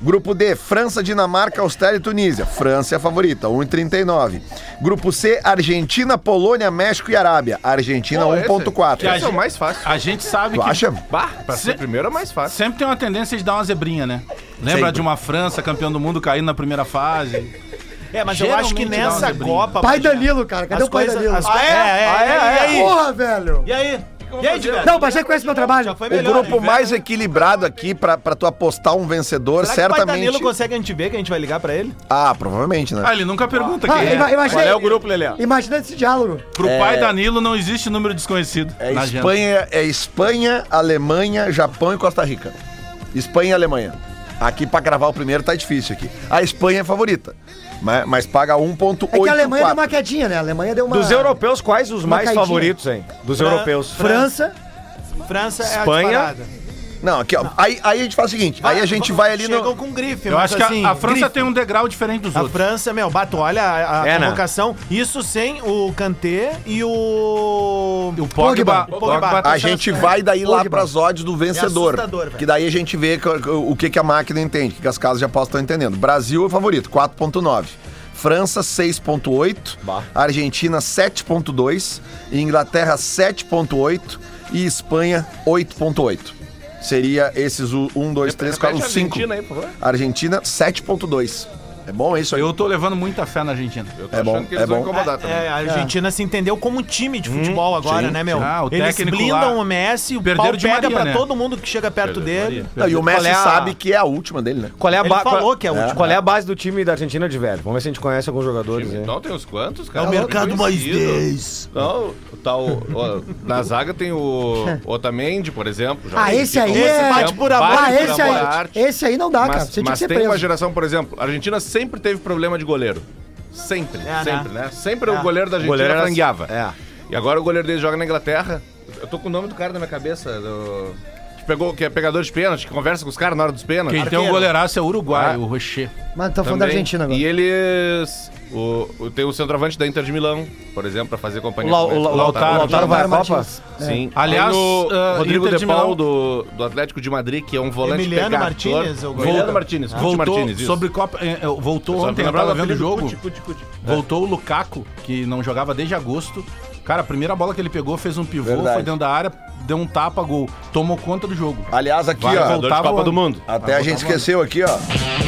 [SPEAKER 2] Grupo D, França, Dinamarca, Austrália e Tunísia. França é a favorita, 1,39. Grupo C, Argentina, Polônia, México e Arábia. Argentina,
[SPEAKER 6] Pô, esse-
[SPEAKER 3] Que a
[SPEAKER 2] 1,4.
[SPEAKER 6] Esse é o
[SPEAKER 3] gente-
[SPEAKER 6] mais fácil.
[SPEAKER 3] A gente sabe
[SPEAKER 2] Tu
[SPEAKER 3] que
[SPEAKER 2] acha?
[SPEAKER 6] Bah, pra
[SPEAKER 3] Se-
[SPEAKER 6] ser primeiro é mais fácil.
[SPEAKER 3] sempre tem uma tendência de dar uma zebrinha, né? Lembra
[SPEAKER 2] Sempre.
[SPEAKER 3] de uma França campeão do mundo caindo na primeira fase?
[SPEAKER 4] É, mas eu acho que
[SPEAKER 3] Geralmente dá uma
[SPEAKER 4] nessa
[SPEAKER 3] zebrinha.
[SPEAKER 4] Copa.
[SPEAKER 7] Pai
[SPEAKER 4] Bagé,
[SPEAKER 7] Danilo, cara. Cadê
[SPEAKER 4] as
[SPEAKER 7] o pai
[SPEAKER 4] coisas-
[SPEAKER 7] Danilo?
[SPEAKER 4] as co- é, é, é, e aí?
[SPEAKER 7] Porra, velho.
[SPEAKER 4] E aí? E aí, Diverso?
[SPEAKER 7] Não, é o Bagé conhece meu trabalho.
[SPEAKER 4] Já foi
[SPEAKER 2] O
[SPEAKER 4] melhor.
[SPEAKER 2] grupo
[SPEAKER 4] hein?
[SPEAKER 2] mais equilibrado aqui pra, pra tu apostar um vencedor,
[SPEAKER 4] Será que o pai
[SPEAKER 2] certamente.
[SPEAKER 4] Danilo consegue a gente ver que a gente vai ligar pra ele?
[SPEAKER 2] Ah, provavelmente, né?
[SPEAKER 3] Ah, ele nunca pergunta
[SPEAKER 7] Ah,
[SPEAKER 3] quem
[SPEAKER 7] ima-
[SPEAKER 3] é.
[SPEAKER 7] imagina,
[SPEAKER 5] Qual é o grupo, Lelê?
[SPEAKER 7] imagina esse diálogo.
[SPEAKER 3] Pro pai Danilo não existe número desconhecido
[SPEAKER 2] É
[SPEAKER 3] na agenda.
[SPEAKER 2] Espanha, é Espanha, Alemanha, Japão e Costa Rica. Espanha e Alemanha. Aqui pra gravar o primeiro tá difícil aqui. A Espanha é favorita, mas, mas paga
[SPEAKER 7] É que a Alemanha deu uma
[SPEAKER 2] 1.84.
[SPEAKER 7] quedinha, né? A Alemanha deu uma.
[SPEAKER 5] Dos europeus, né? quais os mais
[SPEAKER 7] caidinha.
[SPEAKER 5] favoritos, hein? Dos
[SPEAKER 4] Fran-
[SPEAKER 5] europeus.
[SPEAKER 7] França.
[SPEAKER 4] França
[SPEAKER 5] Espanha.
[SPEAKER 4] é a disparada.
[SPEAKER 2] Não, aqui ó. Aí, aí a gente faz o seguinte, aí a gente vai ali
[SPEAKER 4] Ah, Chegam
[SPEAKER 2] no
[SPEAKER 4] com grife,
[SPEAKER 3] Eu
[SPEAKER 4] mas
[SPEAKER 3] acho que a-
[SPEAKER 4] assim,
[SPEAKER 3] a, França
[SPEAKER 4] grife.
[SPEAKER 3] tem um degrau diferente dos
[SPEAKER 4] A
[SPEAKER 3] outros.
[SPEAKER 4] França, meu, bato, olha a, a
[SPEAKER 5] É, né?
[SPEAKER 4] convocação. Isso sem o Kanté e o.
[SPEAKER 3] O Pogba,
[SPEAKER 4] Pogba.
[SPEAKER 3] o Pogba tá
[SPEAKER 2] a gente vai daí lá pras odds
[SPEAKER 6] É
[SPEAKER 2] do vencedor.
[SPEAKER 4] assustador, velho.
[SPEAKER 2] que daí a gente vê co- co- o que, que a máquina entende, o que, que as casas já apostas estão entendendo. Brasil é o favorito, 4.9. França, 6.8. Argentina, 7.2. Inglaterra, 7.8. E Espanha, 8.8. Seria esses o 1, 2, 3,
[SPEAKER 4] Tá
[SPEAKER 2] 4,
[SPEAKER 6] Repete a
[SPEAKER 2] 5.
[SPEAKER 6] Argentina aí, por
[SPEAKER 4] É
[SPEAKER 6] favor.
[SPEAKER 2] Argentina, 7.2. É bom isso aí?
[SPEAKER 3] Eu tô levando muita fé na Argentina.
[SPEAKER 6] Eu tô
[SPEAKER 2] É bom,
[SPEAKER 6] achando que
[SPEAKER 2] é
[SPEAKER 6] eles vão
[SPEAKER 2] bom.
[SPEAKER 6] incomodar também.
[SPEAKER 4] É, a Argentina se entendeu como um time de futebol agora,
[SPEAKER 2] sim,
[SPEAKER 4] né, meu?
[SPEAKER 3] Ah, o
[SPEAKER 4] Eles
[SPEAKER 3] técnico
[SPEAKER 4] blindam
[SPEAKER 3] lá.
[SPEAKER 4] o Messi, o
[SPEAKER 3] Perderam
[SPEAKER 4] pau
[SPEAKER 3] de
[SPEAKER 4] pega
[SPEAKER 3] Maria,
[SPEAKER 4] pra
[SPEAKER 3] né?
[SPEAKER 4] todo mundo que chega perto dele.
[SPEAKER 2] Não, e o Messi
[SPEAKER 5] Qual é a-
[SPEAKER 2] sabe que é a última dele, né?
[SPEAKER 5] Qual é a
[SPEAKER 4] Ele
[SPEAKER 5] ba-
[SPEAKER 4] falou
[SPEAKER 5] qual-
[SPEAKER 4] que é o último.
[SPEAKER 5] Qual é a base do time da Argentina de velho? Vamos ver se a gente conhece alguns jogadores.
[SPEAKER 6] Time.
[SPEAKER 5] aí.
[SPEAKER 6] Não, tem uns quantos, cara? Tá
[SPEAKER 4] É o mercado
[SPEAKER 6] Bem
[SPEAKER 4] mais
[SPEAKER 6] conhecido. Não, tá o, ó, na zaga tem o
[SPEAKER 7] (laughs)
[SPEAKER 6] Otamendi, por exemplo. já
[SPEAKER 7] Ah,
[SPEAKER 6] tem
[SPEAKER 7] esse aí
[SPEAKER 6] que-
[SPEAKER 7] é-
[SPEAKER 4] bate por amor,
[SPEAKER 7] Ah,
[SPEAKER 6] bate por
[SPEAKER 7] esse
[SPEAKER 6] amor à
[SPEAKER 7] aí.
[SPEAKER 6] arte.
[SPEAKER 7] Esse aí não dá, tá, cara.
[SPEAKER 6] Mas,
[SPEAKER 7] Você tinha que
[SPEAKER 6] mas
[SPEAKER 7] ser
[SPEAKER 6] tem uma
[SPEAKER 7] preso.
[SPEAKER 6] geração, por exemplo, a Argentina sempre teve problema de goleiro. Sempre,
[SPEAKER 4] É, né?
[SPEAKER 6] sempre, né? Sempre
[SPEAKER 4] É.
[SPEAKER 6] o goleiro da
[SPEAKER 5] O
[SPEAKER 6] Argentina
[SPEAKER 5] goleiro era
[SPEAKER 6] frangueava.
[SPEAKER 5] É.
[SPEAKER 6] E agora o goleiro dele joga na Inglaterra. Eu tô com o nome do cara na minha cabeça. do- Que, pegou, que é pegador de pênalti, que conversa com os caras na hora dos pênaltis.
[SPEAKER 3] Quem tem um goleiraço é o Uruguai, o Rocher.
[SPEAKER 7] Mas tô falando da
[SPEAKER 6] Também.
[SPEAKER 7] Argentina agora.
[SPEAKER 6] E eles. O, o- tem o centroavante da Inter de Milão, por exemplo, pra fazer companhia.
[SPEAKER 5] O Lau-
[SPEAKER 6] com ele.
[SPEAKER 5] o Lau-
[SPEAKER 3] Lautaro.
[SPEAKER 5] Lautaro vai à Copa?
[SPEAKER 7] Martins.
[SPEAKER 6] Sim.
[SPEAKER 3] Aliás,
[SPEAKER 6] Tem o
[SPEAKER 3] ah,
[SPEAKER 6] Rodrigo
[SPEAKER 3] Inter de
[SPEAKER 6] De Paul,
[SPEAKER 3] Milão.
[SPEAKER 6] do, do Atlético de Madrid, que é um volante
[SPEAKER 4] Emiliano
[SPEAKER 6] pegador.
[SPEAKER 4] Martinez, eu gosto.
[SPEAKER 6] Emiliano Martinez. Cuti
[SPEAKER 3] Voltou
[SPEAKER 6] Martinez, isso.
[SPEAKER 3] sobre Copa. eh, eh, Voltou
[SPEAKER 6] Só
[SPEAKER 3] ontem, eu
[SPEAKER 6] lembrava
[SPEAKER 3] tava
[SPEAKER 6] do
[SPEAKER 3] vendo o jogo.
[SPEAKER 6] apelido Cuti, Cuti, Cuti.
[SPEAKER 3] Voltou o Lukaku, que não jogava desde agosto. Cara, a primeira bola que ele pegou, fez um pivô,
[SPEAKER 2] Verdade.
[SPEAKER 3] foi dentro da área, deu um tapa, gol. Tomou conta do jogo.
[SPEAKER 2] Aliás, aqui,
[SPEAKER 3] Vai,
[SPEAKER 2] ó.
[SPEAKER 3] voltou.
[SPEAKER 6] Jogador de
[SPEAKER 3] Voltava
[SPEAKER 6] Copa
[SPEAKER 3] o-
[SPEAKER 6] do Mundo.
[SPEAKER 2] Até a gente esqueceu aqui, ó.
[SPEAKER 4] tá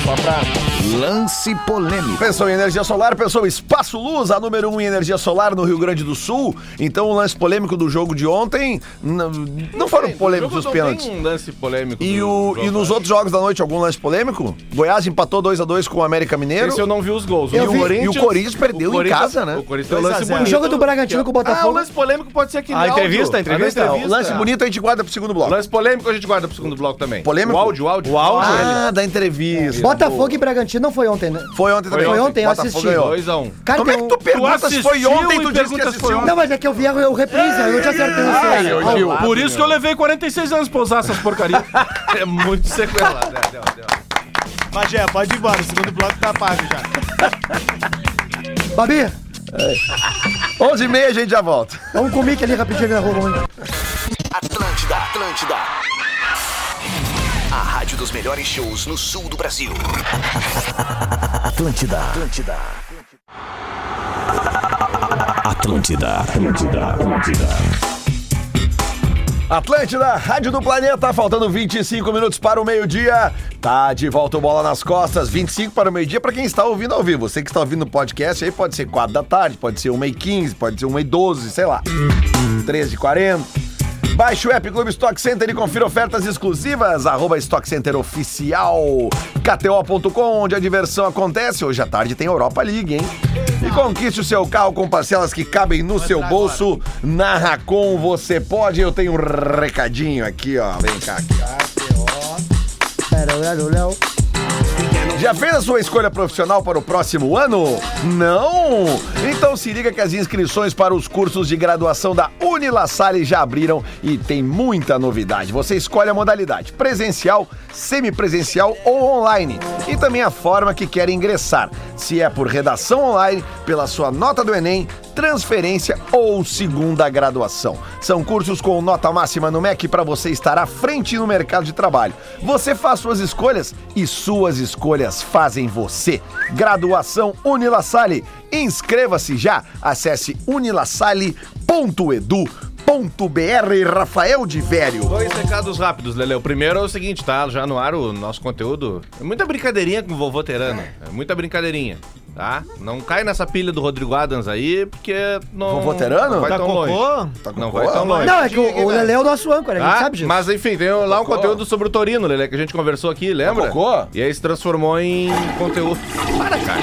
[SPEAKER 4] Só pra.
[SPEAKER 1] Lance polêmico.
[SPEAKER 2] Pensou em energia solar, pensou em Espaço Luz, a número 1 um em energia solar no Rio Grande do Sul. Então o lance polêmico do jogo de ontem não, não foram polêmicos os
[SPEAKER 6] Não
[SPEAKER 2] pênaltis.
[SPEAKER 6] Tem um lance polêmico.
[SPEAKER 2] E,
[SPEAKER 6] do
[SPEAKER 2] o,
[SPEAKER 6] jogo, né?
[SPEAKER 2] e nos
[SPEAKER 6] acho.
[SPEAKER 2] outros jogos da noite, algum lance polêmico? Goiás empatou 2x2 com o América Mineiro.
[SPEAKER 6] Esse eu não vi os gols.
[SPEAKER 2] E o Corinthians- e o Corinthians perdeu em casa, né?
[SPEAKER 6] O Corinthians tem um
[SPEAKER 4] 2 a
[SPEAKER 6] lance
[SPEAKER 4] 0.
[SPEAKER 6] Ah,
[SPEAKER 7] O
[SPEAKER 6] bonito.
[SPEAKER 7] jogo do Bragantino com o
[SPEAKER 6] Ah, o
[SPEAKER 7] Botafogo.
[SPEAKER 6] lance polêmico pode ser aquele
[SPEAKER 5] A
[SPEAKER 6] áudio.
[SPEAKER 5] entrevista, a entrevista?
[SPEAKER 2] Não, o lance bonito a gente guarda pro segundo bloco.
[SPEAKER 6] Lance polêmico a gente guarda pro segundo bloco também.
[SPEAKER 2] Polêmico?
[SPEAKER 6] O áudio, o áudio. O áudio.
[SPEAKER 2] Ah, da entrevista.
[SPEAKER 7] Botafogo e Bragantino não foi ontem, né?
[SPEAKER 2] Foi ontem também.
[SPEAKER 7] Foi ontem, eu
[SPEAKER 2] Botafogo
[SPEAKER 7] assisti.
[SPEAKER 2] ganhou.
[SPEAKER 6] 2x1.
[SPEAKER 7] Cara,
[SPEAKER 2] Como é
[SPEAKER 7] tem
[SPEAKER 2] que
[SPEAKER 7] um-
[SPEAKER 2] tu perguntas se foi
[SPEAKER 3] assistiu
[SPEAKER 2] ontem
[SPEAKER 3] e
[SPEAKER 2] tu disse que
[SPEAKER 3] perguntas se foi
[SPEAKER 2] assistiu?
[SPEAKER 3] ontem.
[SPEAKER 7] Não, mas é que eu vi a o reprise, eu tinha certeza.
[SPEAKER 2] Ai, ô, Gil.
[SPEAKER 3] Por isso que eu levei 46 anos pra usar essas porcarias.
[SPEAKER 6] É muito sequela. Deu, deu, deu.
[SPEAKER 4] Bagé, pode ir embora. O segundo bloco tá pago já.
[SPEAKER 7] Babi,
[SPEAKER 2] 11h30 a gente já volta.
[SPEAKER 7] vamos comigo ali rapidinho, minha roupa. hein?
[SPEAKER 1] Atlântida, Atlântida. A rádio dos melhores shows no sul do Brasil. Atlântida, Atlântida. Atlântida, Atlântida, Atlântida.
[SPEAKER 2] Atlântida, Rádio do Planeta, faltando 25 minutos para o meio-dia. Tá de volta o Bola nas Costas, 25 para o meio-dia para quem está ouvindo ao vivo. Você que está ouvindo o podcast aí pode ser 4 da tarde, pode ser 1h15, pode ser 1h12, sei lá. 13h40. Baixe o app Clube Stock Center e confira ofertas exclusivas. Arroba Stock Center Oficial. KTO.com, onde a diversão acontece. Hoje à tarde tem Europa League, hein? E conquiste o seu carro com parcelas que cabem no seu bolso. Na Racon você pode. Eu tenho um recadinho aqui, ó. Vem cá. Aqui, ó.
[SPEAKER 7] Pera, olha, olha.
[SPEAKER 2] Já fez a sua escolha profissional para o próximo ano? Não! Então se liga que as inscrições para os cursos de graduação da Unilassalle já abriram e tem muita novidade. Você escolhe a modalidade presencial, semipresencial ou online e também a forma que quer ingressar. Se é por redação online, pela sua nota do Enem, transferência ou segunda graduação. São cursos com nota máxima no MEC para você estar à frente no mercado de trabalho. Você faz suas escolhas e suas escolhas fazem você. Graduação Unilassalle. Inscreva-se já. Acesse unilassalle.edu.br Rafael de Vério.
[SPEAKER 6] Dois recados rápidos, Lele. O primeiro é o seguinte, tá? Já no ar o nosso conteúdo. É muita brincadeirinha com o vovô Terano. É muita brincadeirinha, tá? Não cai nessa pilha do Rodrigo Adams aí, porque não.
[SPEAKER 2] Vovô Terano?
[SPEAKER 6] Não vai
[SPEAKER 4] Tá
[SPEAKER 6] tão
[SPEAKER 4] cocô?
[SPEAKER 6] longe.
[SPEAKER 2] Tá com
[SPEAKER 6] Não
[SPEAKER 2] cocô?
[SPEAKER 6] vai tão longe.
[SPEAKER 7] Não, é que o, o Lelé é o nosso âncora, a gente
[SPEAKER 6] Tá?
[SPEAKER 7] sabe disso.
[SPEAKER 6] Mas enfim, tem lá um
[SPEAKER 2] Cocô?
[SPEAKER 6] conteúdo sobre o Torino, Lele, que a gente conversou aqui, lembra?
[SPEAKER 2] Cocô?
[SPEAKER 6] E aí se transformou em conteúdo. Para, cara.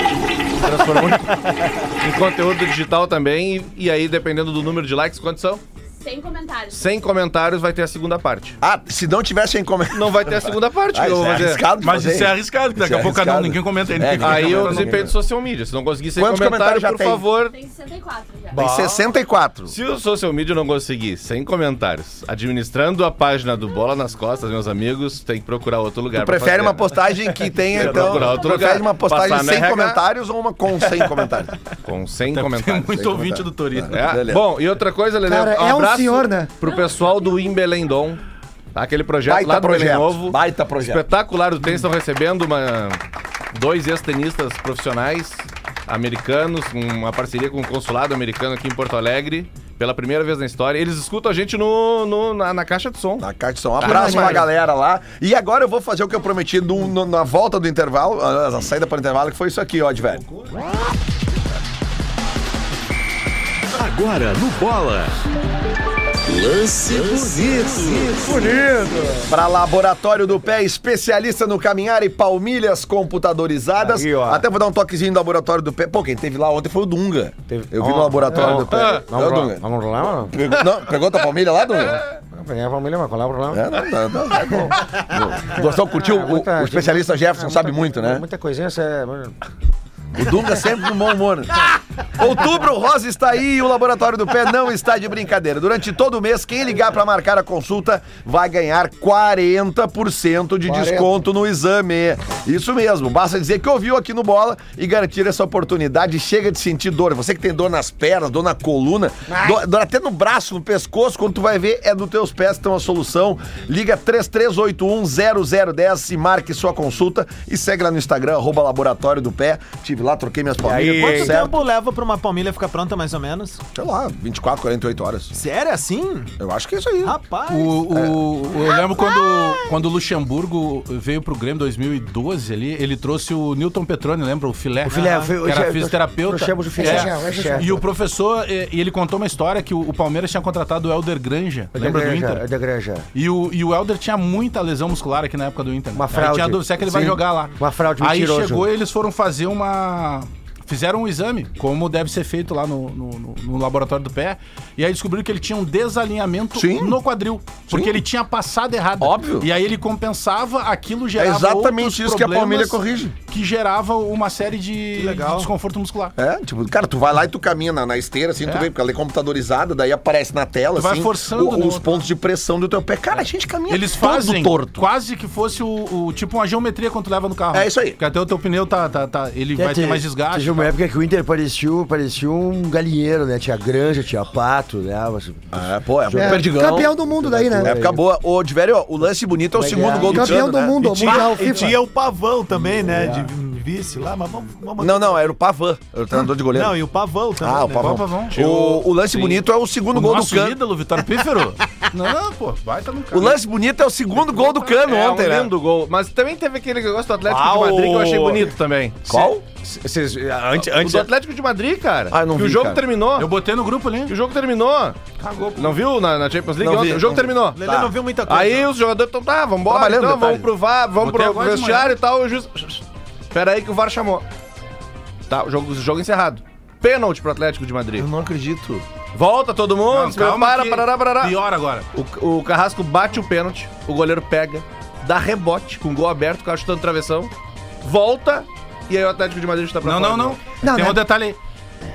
[SPEAKER 6] Se Transformou em, em (laughs) conteúdo digital também. E, e aí, dependendo do número de likes, quantos são?
[SPEAKER 9] Sem comentários.
[SPEAKER 6] 100 comentários vai ter a segunda parte.
[SPEAKER 2] Ah, se não tivesse em comentário.
[SPEAKER 6] Não vai ter a segunda parte, que
[SPEAKER 2] é
[SPEAKER 6] eu vou fazer.
[SPEAKER 3] Mas isso é arriscado, que daqui
[SPEAKER 2] Isso é
[SPEAKER 3] a pouco cada um,
[SPEAKER 2] arriscado.
[SPEAKER 3] ninguém comenta ainda.
[SPEAKER 2] É,
[SPEAKER 3] Ninguém
[SPEAKER 2] cara.
[SPEAKER 3] comenta.
[SPEAKER 6] Aí eu
[SPEAKER 2] não,
[SPEAKER 6] desempenho
[SPEAKER 2] não.
[SPEAKER 6] de social media. Se não conseguir sem
[SPEAKER 2] Quantos
[SPEAKER 6] comentário,
[SPEAKER 2] comentários já
[SPEAKER 6] por
[SPEAKER 2] tem?
[SPEAKER 6] favor.
[SPEAKER 9] Tem 64 já.
[SPEAKER 2] Tem 64.
[SPEAKER 6] Se o social media não conseguir sem comentários, administrando a página do Bola nas Costas, meus amigos, tem que procurar outro lugar. pra
[SPEAKER 2] Prefere
[SPEAKER 6] fazer,
[SPEAKER 2] uma
[SPEAKER 6] né?
[SPEAKER 2] postagem que
[SPEAKER 6] (laughs)
[SPEAKER 2] tenha,
[SPEAKER 6] Quero
[SPEAKER 2] então.
[SPEAKER 6] procurar outro
[SPEAKER 2] Prefere
[SPEAKER 6] lugar.
[SPEAKER 2] uma postagem
[SPEAKER 6] Passar né?
[SPEAKER 2] sem
[SPEAKER 6] no RH.
[SPEAKER 2] comentários ou uma com sem comentários?
[SPEAKER 6] Com 100
[SPEAKER 3] Tem
[SPEAKER 6] comentários.
[SPEAKER 3] muito ouvinte do Torino.
[SPEAKER 6] É,
[SPEAKER 2] Beleza.
[SPEAKER 6] Bom, e outra coisa, Lelê,
[SPEAKER 7] Cara, é um senhor, né?
[SPEAKER 6] pro pessoal do Imbelendom. Tá? Aquele projeto
[SPEAKER 2] Baita
[SPEAKER 6] lá do Belém
[SPEAKER 2] projeto,
[SPEAKER 6] Novo.
[SPEAKER 2] baita projeto.
[SPEAKER 6] Espetacular. Os tênis estão recebendo uma, dois ex-tenistas profissionais americanos, uma parceria com o consulado americano aqui em Porto Alegre, pela primeira vez na história. Eles escutam a gente no, no- na, na caixa de som.
[SPEAKER 2] Na Cartson. Um abraço pra
[SPEAKER 6] maneiro.
[SPEAKER 2] galera lá. E agora eu vou fazer o que eu prometi no- no- na volta do intervalo, a, a saída para o intervalo, que foi isso aqui, ó, de velho.
[SPEAKER 1] Agora no Bola. Lance bonito.
[SPEAKER 2] Para Laboratório do Pé, especialista no caminhar e palmilhas computadorizadas.
[SPEAKER 5] Aí, ó.
[SPEAKER 2] Até vou dar um toquezinho do Laboratório do Pé. Pô, quem teve lá ontem foi o Dunga.
[SPEAKER 5] Teve-
[SPEAKER 2] Eu vi no
[SPEAKER 5] Ó,
[SPEAKER 2] Laboratório
[SPEAKER 5] é,
[SPEAKER 2] do Pé.
[SPEAKER 6] é.
[SPEAKER 2] É o Dunga.
[SPEAKER 5] Vamos rolar, mano?
[SPEAKER 2] Pegou, não, pegou tua palmilha lá, Dunga?
[SPEAKER 5] qual é o problema?
[SPEAKER 2] É, não, não, não, tá bom. Gostou, curtiu? O, o especialista Jefferson sabe muito, né?
[SPEAKER 5] Muita coisinha, você é...
[SPEAKER 2] O Dunga sempre com bom humor. (laughs) Outubro Rosa está aí e o Laboratório do Pé não está de brincadeira. Durante todo o mês, quem ligar para marcar a consulta vai ganhar 40% de desconto no exame. Isso mesmo, basta dizer que ouviu aqui no Bola e garantir essa oportunidade. Chega de sentir dor. Você que tem dor nas pernas, dor na coluna, dor, dor até no braço, no pescoço, quando tu vai ver, é nos teus pés que estão a solução. Liga 33810010 e marque sua consulta e segue lá no Instagram, arroba Laboratório do Pé. Tive lá, troquei minhas palmilhas.
[SPEAKER 5] aí,
[SPEAKER 2] tudo
[SPEAKER 5] hein?
[SPEAKER 2] certo.
[SPEAKER 4] Tempo leva leva pra uma palmilha ficar pronta, mais ou menos?
[SPEAKER 2] Sei lá, 24, 48 horas.
[SPEAKER 4] Sério, assim?
[SPEAKER 2] Eu acho que é isso aí.
[SPEAKER 4] Rapaz.
[SPEAKER 3] O, o- o- eu lembro quando, quando o Luxemburgo veio pro Grêmio em 2012 ali, ele trouxe o Newton Petrone, lembra? O filé. O
[SPEAKER 8] filé,
[SPEAKER 3] que
[SPEAKER 8] foi- eu
[SPEAKER 3] era
[SPEAKER 8] já-
[SPEAKER 3] fisioterapeuta.
[SPEAKER 8] eu chamo de filé.
[SPEAKER 3] É. E o professor, eh, e ele contou uma história que o, o Palmeiras tinha contratado o Helder Granja,
[SPEAKER 8] Da
[SPEAKER 3] lembra do
[SPEAKER 8] Granja,
[SPEAKER 3] Inter?
[SPEAKER 8] Da Granja.
[SPEAKER 3] E o, e o Helder tinha muita lesão muscular aqui na época do Inter.
[SPEAKER 8] Uma
[SPEAKER 3] Aí
[SPEAKER 8] fraude.
[SPEAKER 3] tinha dúvida, será que ele vai
[SPEAKER 8] Sim.
[SPEAKER 3] jogar lá?
[SPEAKER 8] Uma fraude
[SPEAKER 3] Aí
[SPEAKER 8] mentiroso.
[SPEAKER 3] chegou e eles foram fazer uma... Fizeram um exame, como deve ser feito lá no, no- no- no laboratório do pé. E aí descobriram que ele tinha um desalinhamento
[SPEAKER 2] Sim.
[SPEAKER 3] no quadril. Porque
[SPEAKER 2] Sim.
[SPEAKER 3] ele tinha passado errado.
[SPEAKER 2] Óbvio.
[SPEAKER 3] E aí ele compensava, aquilo
[SPEAKER 2] É
[SPEAKER 3] gerava outros
[SPEAKER 2] exatamente isso que a Palmilha
[SPEAKER 3] problemas
[SPEAKER 2] corrige.
[SPEAKER 3] Que gerava uma série de, de desconforto muscular.
[SPEAKER 2] É, tipo, cara, tu vai lá e tu caminha na, na esteira, assim, tu
[SPEAKER 3] É.
[SPEAKER 2] vê, porque ela é computadorizada, daí aparece na tela,
[SPEAKER 3] Tu vai
[SPEAKER 2] assim,
[SPEAKER 3] forçando,
[SPEAKER 2] o-
[SPEAKER 3] né,
[SPEAKER 2] os
[SPEAKER 3] o-
[SPEAKER 2] pontos de pressão do teu pé. Cara, a gente
[SPEAKER 6] é
[SPEAKER 2] caminha
[SPEAKER 3] Eles
[SPEAKER 2] todo
[SPEAKER 3] fazem
[SPEAKER 2] torto.
[SPEAKER 3] quase que fosse o, o- tipo uma geometria quando tu leva no carro.
[SPEAKER 2] É isso aí.
[SPEAKER 3] Porque até o teu pneu tá, tá, tá- ele vai ter mais desgaste.
[SPEAKER 8] É, Teve
[SPEAKER 3] e
[SPEAKER 8] uma
[SPEAKER 3] tal.
[SPEAKER 8] época que o Inter parecia, parecia um galinheiro, né? Tinha granja, tinha pato, né? Mas-
[SPEAKER 2] É, pô, é,
[SPEAKER 7] É,
[SPEAKER 2] perdigão.
[SPEAKER 7] campeão do mundo daí, né?
[SPEAKER 2] É, época boa. Ô, Diverio, ó, o lance bonito é o
[SPEAKER 8] é que
[SPEAKER 2] segundo
[SPEAKER 8] é?
[SPEAKER 2] gol do
[SPEAKER 7] Campeão
[SPEAKER 2] Cano,
[SPEAKER 7] do
[SPEAKER 2] né?
[SPEAKER 7] mundo,
[SPEAKER 4] E tinha,
[SPEAKER 7] mundial,
[SPEAKER 4] e
[SPEAKER 7] FIFA.
[SPEAKER 4] tinha o pavão também, né? De vice lá, mas vamos. vamos-
[SPEAKER 2] Não, não, era o Pavan, era o treinador de goleiro.
[SPEAKER 4] Não, e o pavão também.
[SPEAKER 2] Ah, o
[SPEAKER 4] né?
[SPEAKER 2] Pavão.
[SPEAKER 3] Pavão.
[SPEAKER 2] O, o lance bonito é o segundo
[SPEAKER 3] O
[SPEAKER 2] gol do
[SPEAKER 3] nosso
[SPEAKER 2] Cano.
[SPEAKER 3] ídolo, Vitório
[SPEAKER 6] (laughs)
[SPEAKER 3] Pífero? não, pô, vai tá no
[SPEAKER 2] O
[SPEAKER 3] cara.
[SPEAKER 2] lance bonito é o segundo gol do Cano
[SPEAKER 6] É
[SPEAKER 2] ontem,
[SPEAKER 6] um
[SPEAKER 2] né?
[SPEAKER 6] lindo gol. Mas também teve aquele negócio do Atlético
[SPEAKER 5] Ah,
[SPEAKER 6] de Madrid que eu achei
[SPEAKER 5] o-
[SPEAKER 6] bonito também.
[SPEAKER 2] Qual?
[SPEAKER 5] Vocês, antes,
[SPEAKER 6] O
[SPEAKER 5] antes,
[SPEAKER 6] do Atlético de Madrid, cara.
[SPEAKER 2] Ah, eu não
[SPEAKER 6] que
[SPEAKER 2] vi,
[SPEAKER 6] o jogo
[SPEAKER 2] cara.
[SPEAKER 6] terminou.
[SPEAKER 3] Eu botei no grupo ali.
[SPEAKER 6] que O jogo terminou.
[SPEAKER 3] Cagou.
[SPEAKER 6] Não viu na, na Champions League
[SPEAKER 2] Não
[SPEAKER 6] ontem?
[SPEAKER 2] vi,
[SPEAKER 6] o jogo
[SPEAKER 2] não vi.
[SPEAKER 6] terminou.
[SPEAKER 4] Lelê
[SPEAKER 2] Tá.
[SPEAKER 4] não viu muita coisa.
[SPEAKER 6] Aí os jogadores estão, tá, vambora,
[SPEAKER 2] Trabalhando
[SPEAKER 6] então,
[SPEAKER 2] detalhe.
[SPEAKER 6] vamos pro VAR, vamos
[SPEAKER 3] Botei
[SPEAKER 6] pro
[SPEAKER 3] agora de
[SPEAKER 6] vestiário e tal. O juiz... Pera aí que o VAR chamou. Tá, o jogo, jogo encerrado. Pênalti pro Atlético de Madrid.
[SPEAKER 2] não acredito.
[SPEAKER 6] Volta todo mundo,
[SPEAKER 3] Não,
[SPEAKER 6] se
[SPEAKER 3] calma
[SPEAKER 6] prepara,
[SPEAKER 3] que-
[SPEAKER 6] parará, parará.
[SPEAKER 3] Pior agora.
[SPEAKER 6] O, o Carrasco bate o pênalti, o goleiro pega, dá rebote com gol aberto, o cara chutando travessão, volta e aí o Atlético de Madrid está pra
[SPEAKER 3] Não, não,
[SPEAKER 6] fora.
[SPEAKER 3] não.
[SPEAKER 7] Não,
[SPEAKER 3] Tem
[SPEAKER 7] né?
[SPEAKER 3] um detalhe aí.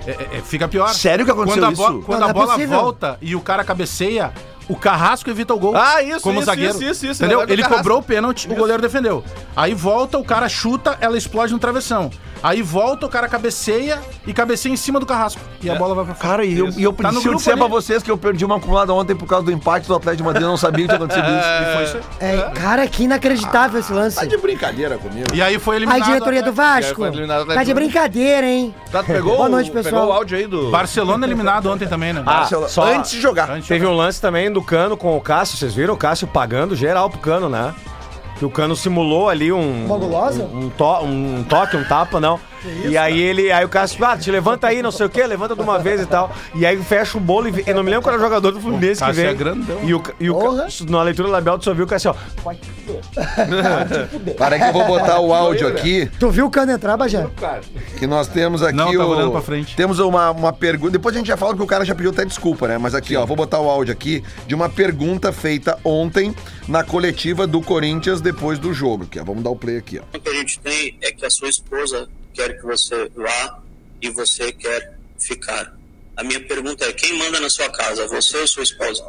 [SPEAKER 3] É, é, é, fica pior.
[SPEAKER 2] Sério que aconteceu
[SPEAKER 3] quando a bo-
[SPEAKER 2] isso?
[SPEAKER 3] Quando
[SPEAKER 7] Não,
[SPEAKER 3] a
[SPEAKER 7] não é
[SPEAKER 3] bola
[SPEAKER 7] possível.
[SPEAKER 3] volta e o cara cabeceia, o Carrasco evita o gol.
[SPEAKER 6] Ah, isso,
[SPEAKER 3] Como
[SPEAKER 6] isso,
[SPEAKER 3] zagueiro.
[SPEAKER 6] isso, isso, isso.
[SPEAKER 3] Entendeu?
[SPEAKER 6] Verdade, o
[SPEAKER 3] Ele
[SPEAKER 6] Carrasco.
[SPEAKER 3] cobrou o pênalti, o goleiro defendeu. Aí volta, o cara chuta, ela explode no travessão. Aí volta, o cara cabeceia e cabeceia em cima do Carrasco. E
[SPEAKER 6] É.
[SPEAKER 3] a bola vai pra fora.
[SPEAKER 2] Cara, e eu, e eu
[SPEAKER 3] Tá no
[SPEAKER 2] preciso
[SPEAKER 3] grupo
[SPEAKER 2] dizer
[SPEAKER 3] ali.
[SPEAKER 2] pra vocês que eu perdi uma acumulada ontem por causa do empate do Atlético de Madrid. Eu não sabia que tinha acontecido (laughs) isso. E foi isso aí.
[SPEAKER 7] É, cara, que inacreditável esse lance.
[SPEAKER 2] Tá de brincadeira comigo.
[SPEAKER 3] E aí foi eliminado.
[SPEAKER 7] Aí, diretoria do Vasco.
[SPEAKER 6] Foi eliminado o Atlético.
[SPEAKER 7] Tá de brincadeira, hein?
[SPEAKER 6] Tá, tu pegou,
[SPEAKER 7] Boa
[SPEAKER 6] o-
[SPEAKER 7] noite,
[SPEAKER 6] pegou
[SPEAKER 7] pessoal.
[SPEAKER 6] o áudio aí do...
[SPEAKER 3] Barcelona eliminado ontem também, né?
[SPEAKER 5] Ah,
[SPEAKER 2] Marcelo,
[SPEAKER 5] só-
[SPEAKER 2] Antes de jogar.
[SPEAKER 3] Antes-
[SPEAKER 5] Teve um lance também do Cano com o Cássio, vocês viram? O Cássio pagando geral pro Cano, né? Que o Cano simulou ali um.
[SPEAKER 7] Uma gulosa?
[SPEAKER 5] Um, um to- um toque, um tapa, não. e aí ele. Aí o Cássio, ah, te levanta aí, não sei o quê, levanta de uma vez e tal. E aí fecha o bolo e. vê- Eu não me lembro qual era o jogador do Fluminense que
[SPEAKER 3] Cássio é
[SPEAKER 5] veio.
[SPEAKER 3] grandão.
[SPEAKER 5] E o, Ca- e o Ca-
[SPEAKER 7] Porra.
[SPEAKER 5] na leitura labial tu só viu o Cássio, ó.
[SPEAKER 2] Para que eu vou (laughs) botar o áudio aqui,
[SPEAKER 7] Tu viu o cano entrar, Bajé?
[SPEAKER 2] que nós temos aqui
[SPEAKER 3] Não, tava
[SPEAKER 2] o...
[SPEAKER 3] olhando pra frente.
[SPEAKER 2] Temos uma, uma pergunta... Depois a gente já fala que o cara já pediu até desculpa, né? Mas aqui, ó, vou botar o áudio aqui de uma pergunta feita ontem na coletiva do Corinthians depois do jogo. Aqui, ó, vamos dar o play aqui, ó.
[SPEAKER 10] O que a gente tem é que a sua esposa quer que você vá e você quer ficar. A minha pergunta é: quem manda na sua casa, você ou sua esposa?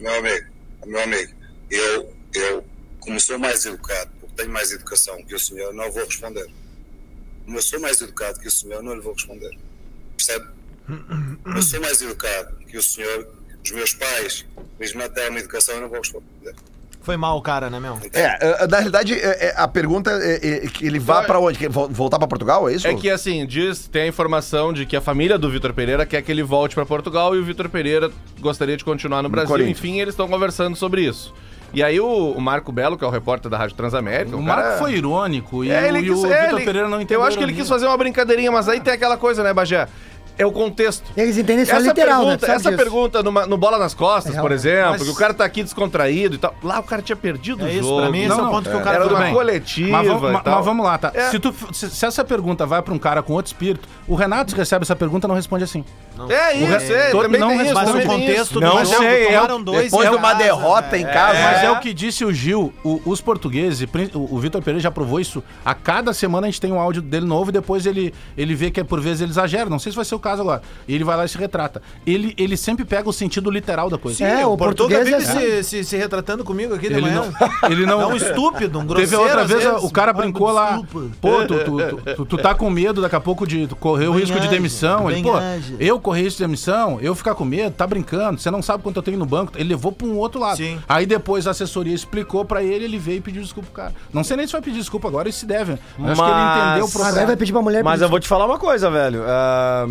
[SPEAKER 10] meu amigo, ó, meu amigo, eu, eu, como sou mais educado, porque tenho mais educação que o senhor, não vou responder. Como eu sou mais educado que o senhor, não lhe vou responder. Percebe? Eu sou mais educado que o senhor, os meus pais, mesmo até uma educação, eu não vou responder.
[SPEAKER 4] Foi mal o cara, né, meu?
[SPEAKER 2] É, é, na realidade, é, é, a pergunta é, é, que ele vá pra onde? Que ele vol- Voltar pra Portugal, é isso?
[SPEAKER 6] É que assim, diz, tem a informação de que a família do Vitor Pereira quer que ele volte pra Portugal e o Vitor Pereira gostaria de continuar no, Brasil.
[SPEAKER 2] Corinthians.
[SPEAKER 6] Enfim, eles estão conversando sobre isso. E aí o, o Marco Belo, que é o repórter da Rádio Transamérica,
[SPEAKER 3] O
[SPEAKER 6] cara-
[SPEAKER 3] Marco foi irônico e,
[SPEAKER 6] É,
[SPEAKER 3] o-
[SPEAKER 6] ele
[SPEAKER 3] e
[SPEAKER 6] quis,
[SPEAKER 3] o
[SPEAKER 6] é,
[SPEAKER 3] Vitor
[SPEAKER 6] ele-
[SPEAKER 3] Pereira não entendeu.
[SPEAKER 6] Eu acho que ele
[SPEAKER 3] a
[SPEAKER 6] quis
[SPEAKER 3] ironia.
[SPEAKER 6] fazer uma brincadeirinha, mas aí tem aquela coisa, né, Bagé? É o contexto.
[SPEAKER 7] Eles entendem só
[SPEAKER 6] Essa
[SPEAKER 7] literal, né? Tu
[SPEAKER 6] pergunta,
[SPEAKER 7] sabe
[SPEAKER 6] essa
[SPEAKER 7] disso.
[SPEAKER 6] pergunta numa- no Bola nas Costas,
[SPEAKER 7] É,
[SPEAKER 6] por exemplo,
[SPEAKER 3] mas-
[SPEAKER 6] que o cara tá aqui descontraído e tal. Lá o cara tinha perdido o
[SPEAKER 4] É isso,
[SPEAKER 6] jogo.
[SPEAKER 4] pra mim esse
[SPEAKER 3] Não,
[SPEAKER 4] é o
[SPEAKER 3] não,
[SPEAKER 4] ponto que o cara
[SPEAKER 6] Era
[SPEAKER 3] tudo
[SPEAKER 4] foi
[SPEAKER 6] uma
[SPEAKER 4] bem.
[SPEAKER 6] coletiva
[SPEAKER 3] Mas vamos,
[SPEAKER 6] e
[SPEAKER 3] ma-
[SPEAKER 6] tal.
[SPEAKER 3] mas vamos lá, tá?
[SPEAKER 6] É.
[SPEAKER 3] Se, tu, se, se essa pergunta vai pra um cara com outro espírito, o Renato recebe essa pergunta e não responde assim.
[SPEAKER 6] É isso, é,
[SPEAKER 3] todo-
[SPEAKER 6] também
[SPEAKER 3] não
[SPEAKER 6] tem isso,
[SPEAKER 3] responde
[SPEAKER 4] Mas o
[SPEAKER 6] também tem isso. é
[SPEAKER 4] contexto
[SPEAKER 5] Não
[SPEAKER 4] do jogo, então,
[SPEAKER 5] sei, eu-
[SPEAKER 4] tomaram dois
[SPEAKER 2] Depois
[SPEAKER 4] em
[SPEAKER 2] de uma
[SPEAKER 4] casa,
[SPEAKER 2] derrota
[SPEAKER 4] né?
[SPEAKER 2] em casa.
[SPEAKER 3] Mas é o que disse o Gil, o- os portugueses, e prin- o, o Vitor Pereira já provou isso, a cada semana a gente tem um áudio dele novo e depois ele, ele vê que é, por vezes ele exagera, não sei se vai ser o caso agora, e ele vai lá e se retrata. Ele, ele sempre pega o sentido literal da coisa.
[SPEAKER 4] Sim,
[SPEAKER 7] É,
[SPEAKER 4] o
[SPEAKER 7] o
[SPEAKER 4] Portuga
[SPEAKER 7] português
[SPEAKER 4] vive
[SPEAKER 7] é
[SPEAKER 4] se, se, se retratando comigo aqui de
[SPEAKER 3] Ele
[SPEAKER 4] manhã.
[SPEAKER 3] não- ele não-
[SPEAKER 4] É um estúpido, um grosseiro.
[SPEAKER 3] Teve outra
[SPEAKER 4] às
[SPEAKER 3] vez,
[SPEAKER 4] vezes.
[SPEAKER 3] o cara
[SPEAKER 4] Ah,
[SPEAKER 3] brincou lá.
[SPEAKER 4] desculpa.
[SPEAKER 3] Pô, tu, tu, tu- tu- tu tá com medo daqui a pouco de tu correr o risco de
[SPEAKER 4] Bem
[SPEAKER 3] demissão. Ele, pô,
[SPEAKER 4] ágil.
[SPEAKER 3] eu, correr isso de emissão, eu ficar com medo, tá brincando, você não sabe quanto eu tenho no banco. Ele levou pra um outro lado.
[SPEAKER 4] Sim.
[SPEAKER 3] Aí depois a assessoria explicou pra ele, ele veio e pediu desculpa pro cara. Não sei nem se vai pedir desculpa agora, isso se deve. né? Mas... Acho que ele
[SPEAKER 5] Mas-
[SPEAKER 3] entendeu o
[SPEAKER 5] Mas
[SPEAKER 3] processo.
[SPEAKER 7] Aí Ah, vai pedir pra mulher.
[SPEAKER 5] Mas
[SPEAKER 7] pedir
[SPEAKER 5] eu vou te falar uma coisa, velho. ah,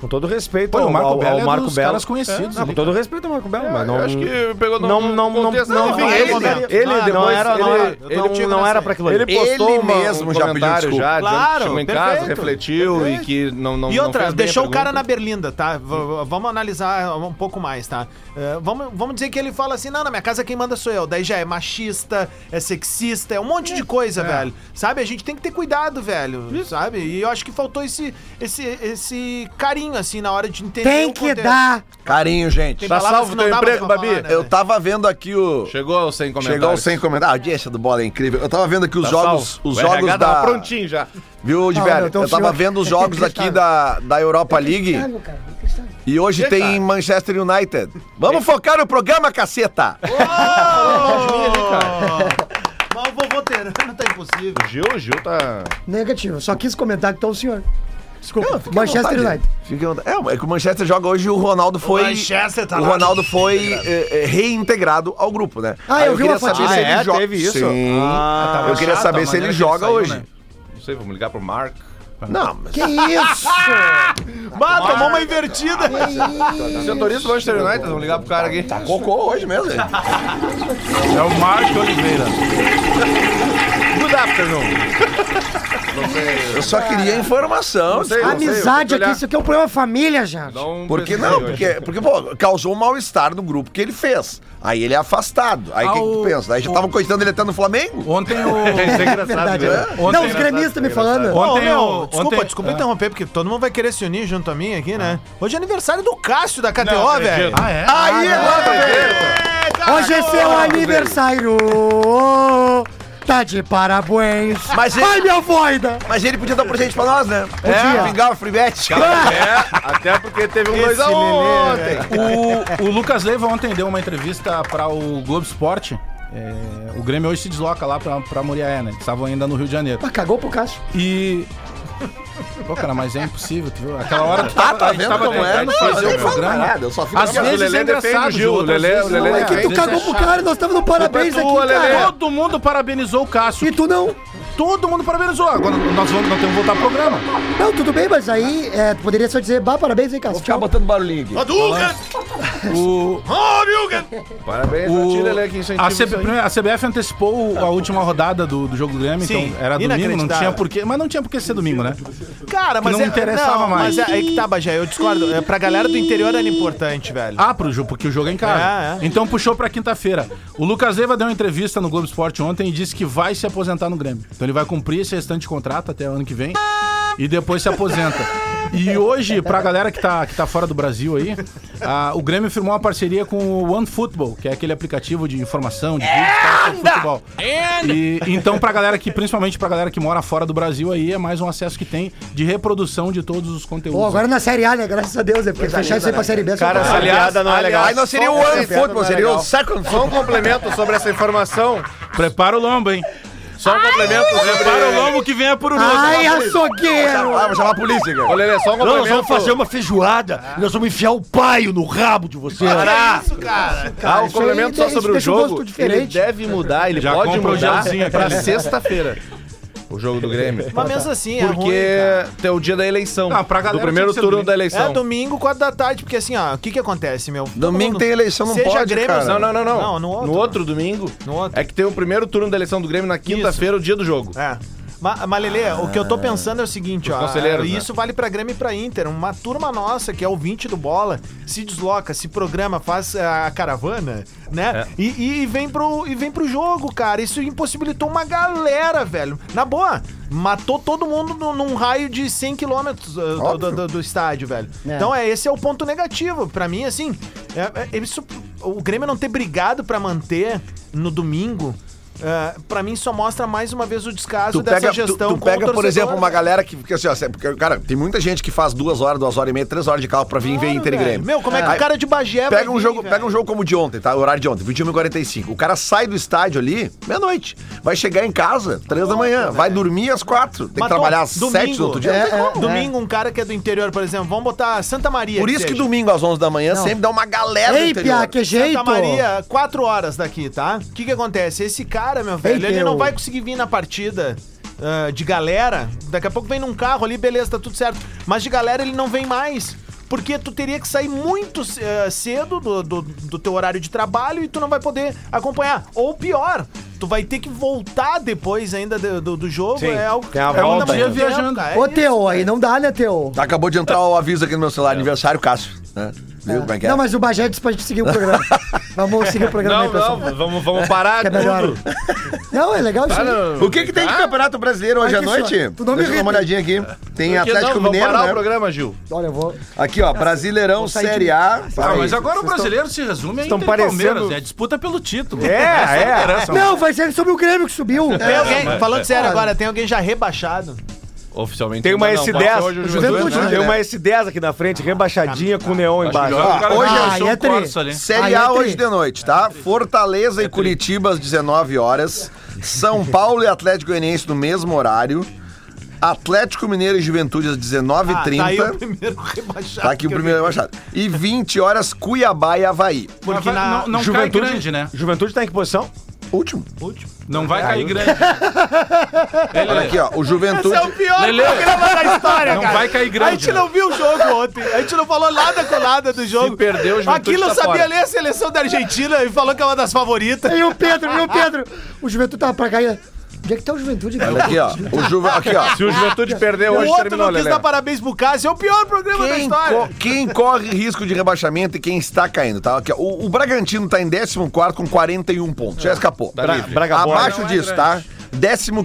[SPEAKER 5] com todo respeito
[SPEAKER 3] Pô,
[SPEAKER 5] ao,
[SPEAKER 3] o Marco
[SPEAKER 5] ao- ao
[SPEAKER 3] Belo é
[SPEAKER 5] Marco
[SPEAKER 3] dos
[SPEAKER 5] Belo. É,
[SPEAKER 3] caras conhecidos
[SPEAKER 5] Não,
[SPEAKER 3] ali,
[SPEAKER 5] com todo respeito ao Marco Belo, mas não.
[SPEAKER 6] Eu acho que pegou no-
[SPEAKER 5] não,
[SPEAKER 6] no
[SPEAKER 5] não, não,
[SPEAKER 6] contexto.
[SPEAKER 5] não,
[SPEAKER 6] Enfim,
[SPEAKER 5] não,
[SPEAKER 6] ele-
[SPEAKER 5] ele
[SPEAKER 4] Não,
[SPEAKER 5] depois,
[SPEAKER 4] não era- não era.
[SPEAKER 5] ele,
[SPEAKER 4] Eu
[SPEAKER 5] não,
[SPEAKER 6] é,
[SPEAKER 4] contigo
[SPEAKER 5] não
[SPEAKER 4] nessa
[SPEAKER 5] era
[SPEAKER 4] aí.
[SPEAKER 5] pra aquilo ali.
[SPEAKER 2] Ele postou
[SPEAKER 6] ele
[SPEAKER 2] uma-
[SPEAKER 6] mesmo
[SPEAKER 2] um
[SPEAKER 6] já pediu
[SPEAKER 2] comentário
[SPEAKER 6] desculpa.
[SPEAKER 2] já,
[SPEAKER 6] dizendo que
[SPEAKER 4] Claro,
[SPEAKER 6] chegou em casa,
[SPEAKER 4] perfeito.
[SPEAKER 6] refletiu e que não não
[SPEAKER 4] E
[SPEAKER 6] não
[SPEAKER 4] outra,
[SPEAKER 6] fez bem a
[SPEAKER 4] deixou o cara na
[SPEAKER 6] pergunta.
[SPEAKER 4] berlinda, tá? V- v- vamos analisar um pouco mais, tá? Eh, vamos, vamos dizer que ele fala assim: não, na minha casa quem manda sou eu. Daí já é machista, é sexista, é um monte de coisa, velho. Sabe? A gente tem que ter cuidado, velho. Sabe? E eu acho que faltou esse, esse, esse carinho, assim, na hora de entender.
[SPEAKER 7] Tem
[SPEAKER 4] o
[SPEAKER 7] que
[SPEAKER 4] contexto.
[SPEAKER 7] dar.
[SPEAKER 2] Carinho, gente.
[SPEAKER 4] Tem palavras
[SPEAKER 2] salvo
[SPEAKER 4] que não
[SPEAKER 2] teu
[SPEAKER 4] dá
[SPEAKER 2] emprego,
[SPEAKER 4] mais pra
[SPEAKER 2] Babi.
[SPEAKER 4] falar, né,
[SPEAKER 2] eu
[SPEAKER 4] velho?
[SPEAKER 2] tava vendo aqui o.
[SPEAKER 6] Chegou Tá aos 100 comentários.
[SPEAKER 2] Chegou sem comentários. Ah, a audiência do Bola é incrível. Eu tava vendo aqui os
[SPEAKER 5] Tá
[SPEAKER 2] jogos, os
[SPEAKER 6] O RH
[SPEAKER 2] jogos
[SPEAKER 6] tava
[SPEAKER 2] da
[SPEAKER 6] prontinho já.
[SPEAKER 2] Viu, de
[SPEAKER 7] Ah,
[SPEAKER 2] velho?
[SPEAKER 7] meu, tem um
[SPEAKER 2] Eu tava
[SPEAKER 7] senhor- (laughs)
[SPEAKER 2] vendo os jogos aqui da, da Europa League
[SPEAKER 7] Cristalho, cara, cristalho.
[SPEAKER 2] e hoje tem Manchester United. Vamos focar no programa, caceta!
[SPEAKER 4] (laughs) Mas o vovô Terano tá impossível.
[SPEAKER 6] O Gil, o Gil tá.
[SPEAKER 7] Negativo. Só quis comentar que tá o senhor. Desculpa.
[SPEAKER 2] Fica à
[SPEAKER 7] Manchester
[SPEAKER 2] vontade. (laughs)
[SPEAKER 7] United.
[SPEAKER 2] Fica à vontade. É, é que o Manchester joga hoje e o Ronaldo foi.
[SPEAKER 4] Manchester tá
[SPEAKER 2] o
[SPEAKER 4] lá.
[SPEAKER 2] Ronaldo foi eh, eh, reintegrado ao grupo, né?
[SPEAKER 7] Ah,
[SPEAKER 2] Aí
[SPEAKER 7] eu vi uma fotinha.
[SPEAKER 2] se
[SPEAKER 5] Ah,
[SPEAKER 2] ele
[SPEAKER 5] é?
[SPEAKER 2] joga-
[SPEAKER 5] Teve isso?
[SPEAKER 2] Sim.
[SPEAKER 5] Ah,
[SPEAKER 2] eu queria
[SPEAKER 3] chata a
[SPEAKER 2] saber se ele
[SPEAKER 3] maneira que ele
[SPEAKER 2] joga
[SPEAKER 3] saiu,
[SPEAKER 2] hoje.
[SPEAKER 3] né?
[SPEAKER 6] Não sei, vamos ligar pro Mark.
[SPEAKER 2] Não, mas. tá.
[SPEAKER 7] Que isso?
[SPEAKER 4] Bah, tomou uma invertida.
[SPEAKER 6] Setorista do Manchester United, vamos ligar pro cara aqui.
[SPEAKER 2] Cocô hoje mesmo, gente.
[SPEAKER 3] É o Marco Oliveira.
[SPEAKER 6] Good afternoon.
[SPEAKER 2] Eu só queria informação.
[SPEAKER 6] sei,
[SPEAKER 2] desculpa.
[SPEAKER 6] não sei.
[SPEAKER 7] Amizade
[SPEAKER 6] eu vou
[SPEAKER 7] aqui,
[SPEAKER 6] te olhar.
[SPEAKER 7] isso aqui é um problema família, gente.
[SPEAKER 6] Dá um
[SPEAKER 2] Porque
[SPEAKER 6] pesquisa
[SPEAKER 2] não,
[SPEAKER 6] aí
[SPEAKER 2] porque,
[SPEAKER 6] hoje.
[SPEAKER 2] porque pô, causou um mal-estar no grupo que ele fez. Aí ele é afastado. Aí o
[SPEAKER 3] Ah,
[SPEAKER 2] que, que tu
[SPEAKER 3] o-
[SPEAKER 2] pensa? Aí já tava
[SPEAKER 3] o-
[SPEAKER 2] coitando ele até no Flamengo?
[SPEAKER 3] (laughs) Ontem
[SPEAKER 6] Isso é
[SPEAKER 3] o.
[SPEAKER 6] engraçado,
[SPEAKER 7] Verdade,
[SPEAKER 6] né?
[SPEAKER 7] né?
[SPEAKER 3] Ontem- Ah,
[SPEAKER 7] Não, os gremistas me falando.
[SPEAKER 3] Ontem
[SPEAKER 4] Ô, meu,
[SPEAKER 3] eu-
[SPEAKER 4] desculpa,
[SPEAKER 3] ontem-
[SPEAKER 4] desculpa
[SPEAKER 3] Ah.
[SPEAKER 4] interromper, porque todo mundo vai querer se unir junto a mim aqui, né? Hoje é aniversário do Cássio da KTO,
[SPEAKER 6] Não, acredito.
[SPEAKER 4] velho.
[SPEAKER 3] Ah, é?
[SPEAKER 2] Aí agora
[SPEAKER 7] Hoje é seu aniversário. Tá de parabéns.
[SPEAKER 2] Mas ele-
[SPEAKER 7] Vai, meu voida.
[SPEAKER 2] Mas ele podia dar um presente pra nós, né?
[SPEAKER 7] Podia.
[SPEAKER 2] vingar o free bet.
[SPEAKER 6] É, até porque teve um 2x1 ontem.
[SPEAKER 3] O, o Lucas Leiva ontem deu uma entrevista para o Globo Esporte. É, o Grêmio hoje se desloca lá pra, pra Moriaé, né? Eles Estavam ainda no Rio de Janeiro.
[SPEAKER 7] Ah, cagou pro Cássio.
[SPEAKER 3] E. Pô, cara, mas é impossível, tu viu? Aquela hora tu
[SPEAKER 2] Ah,
[SPEAKER 3] tava,
[SPEAKER 2] tá
[SPEAKER 3] a gente
[SPEAKER 2] vendo
[SPEAKER 3] tava
[SPEAKER 2] como é?
[SPEAKER 3] tentando fazer o programa.
[SPEAKER 2] eu só
[SPEAKER 3] Às
[SPEAKER 6] Não, mas o
[SPEAKER 3] vezes é
[SPEAKER 6] Lelê defende
[SPEAKER 3] engraçado,
[SPEAKER 6] o Gil,
[SPEAKER 3] Gil,
[SPEAKER 6] o Lelê- o Lelê
[SPEAKER 3] não
[SPEAKER 7] É que tu
[SPEAKER 3] Às vezes é
[SPEAKER 7] cagou pro
[SPEAKER 3] chato.
[SPEAKER 7] cara, nós tava dando parabéns
[SPEAKER 6] Culpa é
[SPEAKER 7] aqui,
[SPEAKER 6] tua, Lelê.
[SPEAKER 7] cara.
[SPEAKER 3] Todo mundo parabenizou o Cássio.
[SPEAKER 7] E tu não.
[SPEAKER 3] Todo mundo parabenizou. Agora nós vamos, nós temos que voltar pro programa.
[SPEAKER 7] Não, tudo bem, mas aí é, tu poderia só dizer, bah, parabéns aí, Cássio.
[SPEAKER 2] Vou ficar
[SPEAKER 7] Tchau.
[SPEAKER 2] botando barulhinho aqui.
[SPEAKER 4] Dugan!
[SPEAKER 3] O,
[SPEAKER 6] Parabéns,
[SPEAKER 3] o-
[SPEAKER 6] Tira ele aqui, incentiva
[SPEAKER 3] a, CB
[SPEAKER 6] isso aí.
[SPEAKER 3] primeiro, a CBF antecipou o- a última rodada do, do jogo do Grêmio,
[SPEAKER 4] Sim,
[SPEAKER 3] então era domingo, não
[SPEAKER 4] inacreditável.
[SPEAKER 3] tinha porquê. Mas não tinha porquê ser domingo, né?
[SPEAKER 4] Ah, Cara, mas
[SPEAKER 3] não interessava mais.
[SPEAKER 4] Mas é, é que tá, Bajé, eu discordo. É, pra galera do interior era importante, velho.
[SPEAKER 3] Ah, pro jogo, porque o jogo é em casa.
[SPEAKER 4] É, é.
[SPEAKER 3] Então puxou pra quinta-feira. O Lucas Leiva deu uma entrevista no Globo Esporte ontem e disse que vai se aposentar no Grêmio. Então ele vai cumprir esse restante de contrato até o ano que vem e depois se aposenta. E hoje, pra galera que tá, que tá fora do Brasil aí, ah, o Grêmio firmou uma parceria com o OneFootball, que é aquele aplicativo de informação, de vídeo, tal, sobre futebol. E, então, pra galera que, principalmente pra galera que mora fora do Brasil aí, é mais um acesso que tem de reprodução de todos os conteúdos.
[SPEAKER 7] Pô, agora na Série A, né? Graças a Deus, é porque fechar isso aí pra Série B é só
[SPEAKER 5] Cara,
[SPEAKER 7] pra-
[SPEAKER 5] essa aliada não é legal.
[SPEAKER 2] Aí não seria o One
[SPEAKER 6] é
[SPEAKER 2] Football, seria o Second
[SPEAKER 5] Só um
[SPEAKER 2] Football.
[SPEAKER 5] complemento sobre essa informação.
[SPEAKER 3] Prepara o lombo, hein?
[SPEAKER 5] Só um complemento
[SPEAKER 3] Prepara o
[SPEAKER 5] sobre...
[SPEAKER 3] lombo que venha por um nós.
[SPEAKER 7] Ai, açougueiro!
[SPEAKER 2] Ah, vou chamar a polícia,
[SPEAKER 6] Ô,
[SPEAKER 2] cara.
[SPEAKER 6] Lelê, só um
[SPEAKER 8] Não,
[SPEAKER 6] complemento.
[SPEAKER 8] nós vamos fazer uma feijoada e nós vamos enfiar o paio no rabo de você.
[SPEAKER 6] Ah, um
[SPEAKER 7] isso aí
[SPEAKER 6] complemento só
[SPEAKER 7] deixa-
[SPEAKER 6] sobre o
[SPEAKER 7] deixa um
[SPEAKER 6] jogo.
[SPEAKER 7] gosto diferente.
[SPEAKER 6] ele deve mudar, ele
[SPEAKER 3] Já
[SPEAKER 6] pode
[SPEAKER 3] compra o
[SPEAKER 6] mudar
[SPEAKER 3] gelzinho aqui,
[SPEAKER 6] pra
[SPEAKER 3] né?
[SPEAKER 6] sexta-feira. O jogo do Grêmio.
[SPEAKER 4] Mas mesmo assim, é ruim,
[SPEAKER 6] (laughs) Porque
[SPEAKER 4] cara.
[SPEAKER 6] tem o dia da eleição.
[SPEAKER 3] Ah, pra galera
[SPEAKER 6] do primeiro
[SPEAKER 3] tinha que ser
[SPEAKER 6] turno
[SPEAKER 3] domingo.
[SPEAKER 6] da eleição.
[SPEAKER 4] É domingo, quatro da tarde, porque assim, ó, o que que acontece, meu? Todo
[SPEAKER 2] Domingo
[SPEAKER 4] mundo-
[SPEAKER 2] tem eleição, não
[SPEAKER 4] Seja
[SPEAKER 2] pode,
[SPEAKER 4] Grêmio,
[SPEAKER 2] cara.
[SPEAKER 6] Não, não, não, não.
[SPEAKER 4] Não, no outro.
[SPEAKER 6] domingo.
[SPEAKER 4] No outro.
[SPEAKER 6] É que tem o primeiro turno da eleição do Grêmio na quinta-feira, o dia do jogo.
[SPEAKER 4] É. Ma- Mas, Lelê, o que eu tô pensando é o seguinte, ó.
[SPEAKER 6] conselheiros, né?
[SPEAKER 4] Isso vale pra Grêmio e pra Inter. Uma turma nossa que é ouvinte do bola se desloca, se programa, faz eh, a caravana,
[SPEAKER 2] É.
[SPEAKER 4] né? E, e vem pro, e vem pro jogo, cara. Isso impossibilitou uma galera, velho. Na boa, matou todo mundo no- num raio de 100 quilômetros uh, do, do- do- do estádio, velho.
[SPEAKER 7] É.
[SPEAKER 4] Então, é, esse é o ponto negativo. Pra mim, é assim, é- é- isso- o Grêmio não ter brigado pra manter no domingo Ah, pra mim só mostra mais uma vez o descaso
[SPEAKER 2] Tu
[SPEAKER 4] dessa
[SPEAKER 2] pega, tu,
[SPEAKER 4] gestão
[SPEAKER 2] tu
[SPEAKER 4] com o
[SPEAKER 2] pega por
[SPEAKER 4] torcedor,
[SPEAKER 2] exemplo, uma
[SPEAKER 4] né?
[SPEAKER 2] galera que fica assim, ó, porque, cara, tem muita gente que faz duas horas, duas horas e meia, três horas de carro pra vir ver
[SPEAKER 4] Claro,
[SPEAKER 2] Inter e
[SPEAKER 4] velho.
[SPEAKER 2] Grêmio.
[SPEAKER 4] Meu, como é que
[SPEAKER 2] Aí
[SPEAKER 4] o cara de Bagé
[SPEAKER 7] Tá
[SPEAKER 4] vai
[SPEAKER 2] Pega um,
[SPEAKER 4] vir,
[SPEAKER 2] jogo,
[SPEAKER 4] velho?
[SPEAKER 7] é.
[SPEAKER 2] pega um jogo como o de ontem, tá? O horário de ontem, 21h45. O cara sai do estádio ali, meia-noite. Vai chegar em casa, três da manhã. Vai dormir às quatro. Tem que
[SPEAKER 4] Mas, Tom,
[SPEAKER 2] trabalhar às sete no
[SPEAKER 7] É.
[SPEAKER 2] outro dia. não tem como.
[SPEAKER 4] domingo, um cara que é do interior, por exemplo, vamos botar Santa Maria.
[SPEAKER 2] Por isso que
[SPEAKER 4] seja.
[SPEAKER 2] domingo às 11 da manhã sempre dá uma galera do
[SPEAKER 7] Ei,
[SPEAKER 2] interior.
[SPEAKER 7] Pia, que jeito!
[SPEAKER 4] Santa Maria, quatro horas daqui, tá? O que que acontece? Esse cara, meu velho,
[SPEAKER 7] Ei,
[SPEAKER 4] ele
[SPEAKER 7] teu.
[SPEAKER 4] não vai conseguir vir na partida ah, de galera. Daqui a pouco vem num carro ali, beleza, tá tudo certo. Mas de galera ele não vem mais. Porque tu teria que sair muito ce- ah, cedo do, do, do teu horário de trabalho e tu não vai poder acompanhar. Ou pior, tu vai ter que voltar depois ainda do, do- do jogo.
[SPEAKER 5] Sim,
[SPEAKER 4] é algo
[SPEAKER 5] tem a
[SPEAKER 4] é um
[SPEAKER 5] volta
[SPEAKER 4] dia
[SPEAKER 5] ainda.
[SPEAKER 4] viajando. cara, é
[SPEAKER 7] Ô,
[SPEAKER 4] isso.
[SPEAKER 7] Teu, aí não dá, né, Teu?
[SPEAKER 2] Tá, Acabou de entrar o aviso aqui no meu celular, aniversário Cássio. Né? Viu como é que é?
[SPEAKER 7] É. Não, mas o Bagé disse pra gente seguir o programa. Vamos seguir o programa aí,
[SPEAKER 6] Não,
[SPEAKER 7] pessoal.
[SPEAKER 6] não, vamos, vamos parar
[SPEAKER 7] Que é melhor.
[SPEAKER 6] tudo.
[SPEAKER 7] Não, é legal isso aí.
[SPEAKER 2] O que, que tem
[SPEAKER 7] Ah?
[SPEAKER 2] de campeonato brasileiro hoje
[SPEAKER 7] Olha
[SPEAKER 2] à
[SPEAKER 7] aqui,
[SPEAKER 2] noite?
[SPEAKER 7] senhor. Tu não me É.
[SPEAKER 2] Deixa eu dar uma olhadinha aqui. Tem Atlético
[SPEAKER 6] vamos
[SPEAKER 2] Mineiro,
[SPEAKER 6] parar o
[SPEAKER 2] né?
[SPEAKER 6] programa, Gil.
[SPEAKER 7] Olha, eu vou...
[SPEAKER 2] Aqui, ó, Brasileirão
[SPEAKER 7] sair de-
[SPEAKER 2] Série A.
[SPEAKER 3] Ah,
[SPEAKER 2] Peraí.
[SPEAKER 3] mas agora o brasileiro se resume a
[SPEAKER 5] estão
[SPEAKER 3] Inter e
[SPEAKER 5] parecendo-
[SPEAKER 3] Palmeiras. É disputa pelo título.
[SPEAKER 5] É, é.
[SPEAKER 7] Não, vai ser sobre o Grêmio que subiu.
[SPEAKER 4] Tem alguém, falando sério
[SPEAKER 7] Olha.
[SPEAKER 4] agora, tem alguém já rebaixado.
[SPEAKER 6] Oficialmente.
[SPEAKER 5] Tem uma
[SPEAKER 6] ainda não, pode ser
[SPEAKER 5] S10.
[SPEAKER 6] hoje o
[SPEAKER 7] Juventude,
[SPEAKER 6] né?
[SPEAKER 5] Tem uma S10 aqui na frente, rebaixadinha com neon embaixo.
[SPEAKER 6] Acho que já-
[SPEAKER 2] Hoje
[SPEAKER 7] Ah,
[SPEAKER 2] é
[SPEAKER 7] aí é tri.
[SPEAKER 3] ali.
[SPEAKER 2] Série
[SPEAKER 7] Aí
[SPEAKER 2] A
[SPEAKER 7] é tri.
[SPEAKER 2] hoje de noite, tá?
[SPEAKER 4] É
[SPEAKER 2] Fortaleza e Curitiba às 19 horas. São Paulo e Atlético Goianiense no mesmo horário. Atlético Mineiro e Juventude às
[SPEAKER 4] Ah, tá aí o
[SPEAKER 2] 19h30.
[SPEAKER 4] primeiro (laughs) rebaixado.
[SPEAKER 2] tá aqui o
[SPEAKER 4] que eu
[SPEAKER 2] primeiro rebaixado. E 20 horas, Cuiabá e Havaí.
[SPEAKER 4] Porque
[SPEAKER 3] Mas vai-
[SPEAKER 4] na-
[SPEAKER 3] não, não
[SPEAKER 5] Juventude-
[SPEAKER 3] cai grande, né?
[SPEAKER 5] Juventude tá em que posição?
[SPEAKER 2] Último.
[SPEAKER 3] Não vai cair grande.
[SPEAKER 2] Olha aqui, ó. O Juventude.
[SPEAKER 4] Esse é o pior
[SPEAKER 3] Lelê.
[SPEAKER 4] programa da história,
[SPEAKER 3] Não
[SPEAKER 4] cara.
[SPEAKER 3] vai cair grande,
[SPEAKER 4] A gente
[SPEAKER 3] né?
[SPEAKER 4] não viu o jogo ontem. A gente não falou nada com nada do jogo.
[SPEAKER 6] perdeu, o Juventude
[SPEAKER 4] Aquilo
[SPEAKER 6] tá
[SPEAKER 4] sabia
[SPEAKER 6] fora.
[SPEAKER 4] ler a seleção da Argentina e falou que é uma das favoritas.
[SPEAKER 7] E o Pedro, e o Pedro? O Juventude tava pra cair. Onde é que tá o Juventude? cara?
[SPEAKER 2] Olha aqui, ó. O Juve... Aqui,
[SPEAKER 4] (laughs)
[SPEAKER 2] ó.
[SPEAKER 6] Se o Juventude perder
[SPEAKER 4] O
[SPEAKER 6] hoje,
[SPEAKER 4] outro
[SPEAKER 6] terminou,
[SPEAKER 4] não quis
[SPEAKER 6] Lelé.
[SPEAKER 4] dar parabéns pro Cássio. É o pior programa da
[SPEAKER 2] Quem,
[SPEAKER 4] história.
[SPEAKER 2] co- quem corre risco de rebaixamento e quem está caindo, tá? Aqui, ó. o, o Bragantino tá em 14 com 41 pontos. Já escapou.
[SPEAKER 6] Tá livre.
[SPEAKER 5] Braga Borges.
[SPEAKER 2] Abaixo disso, tá?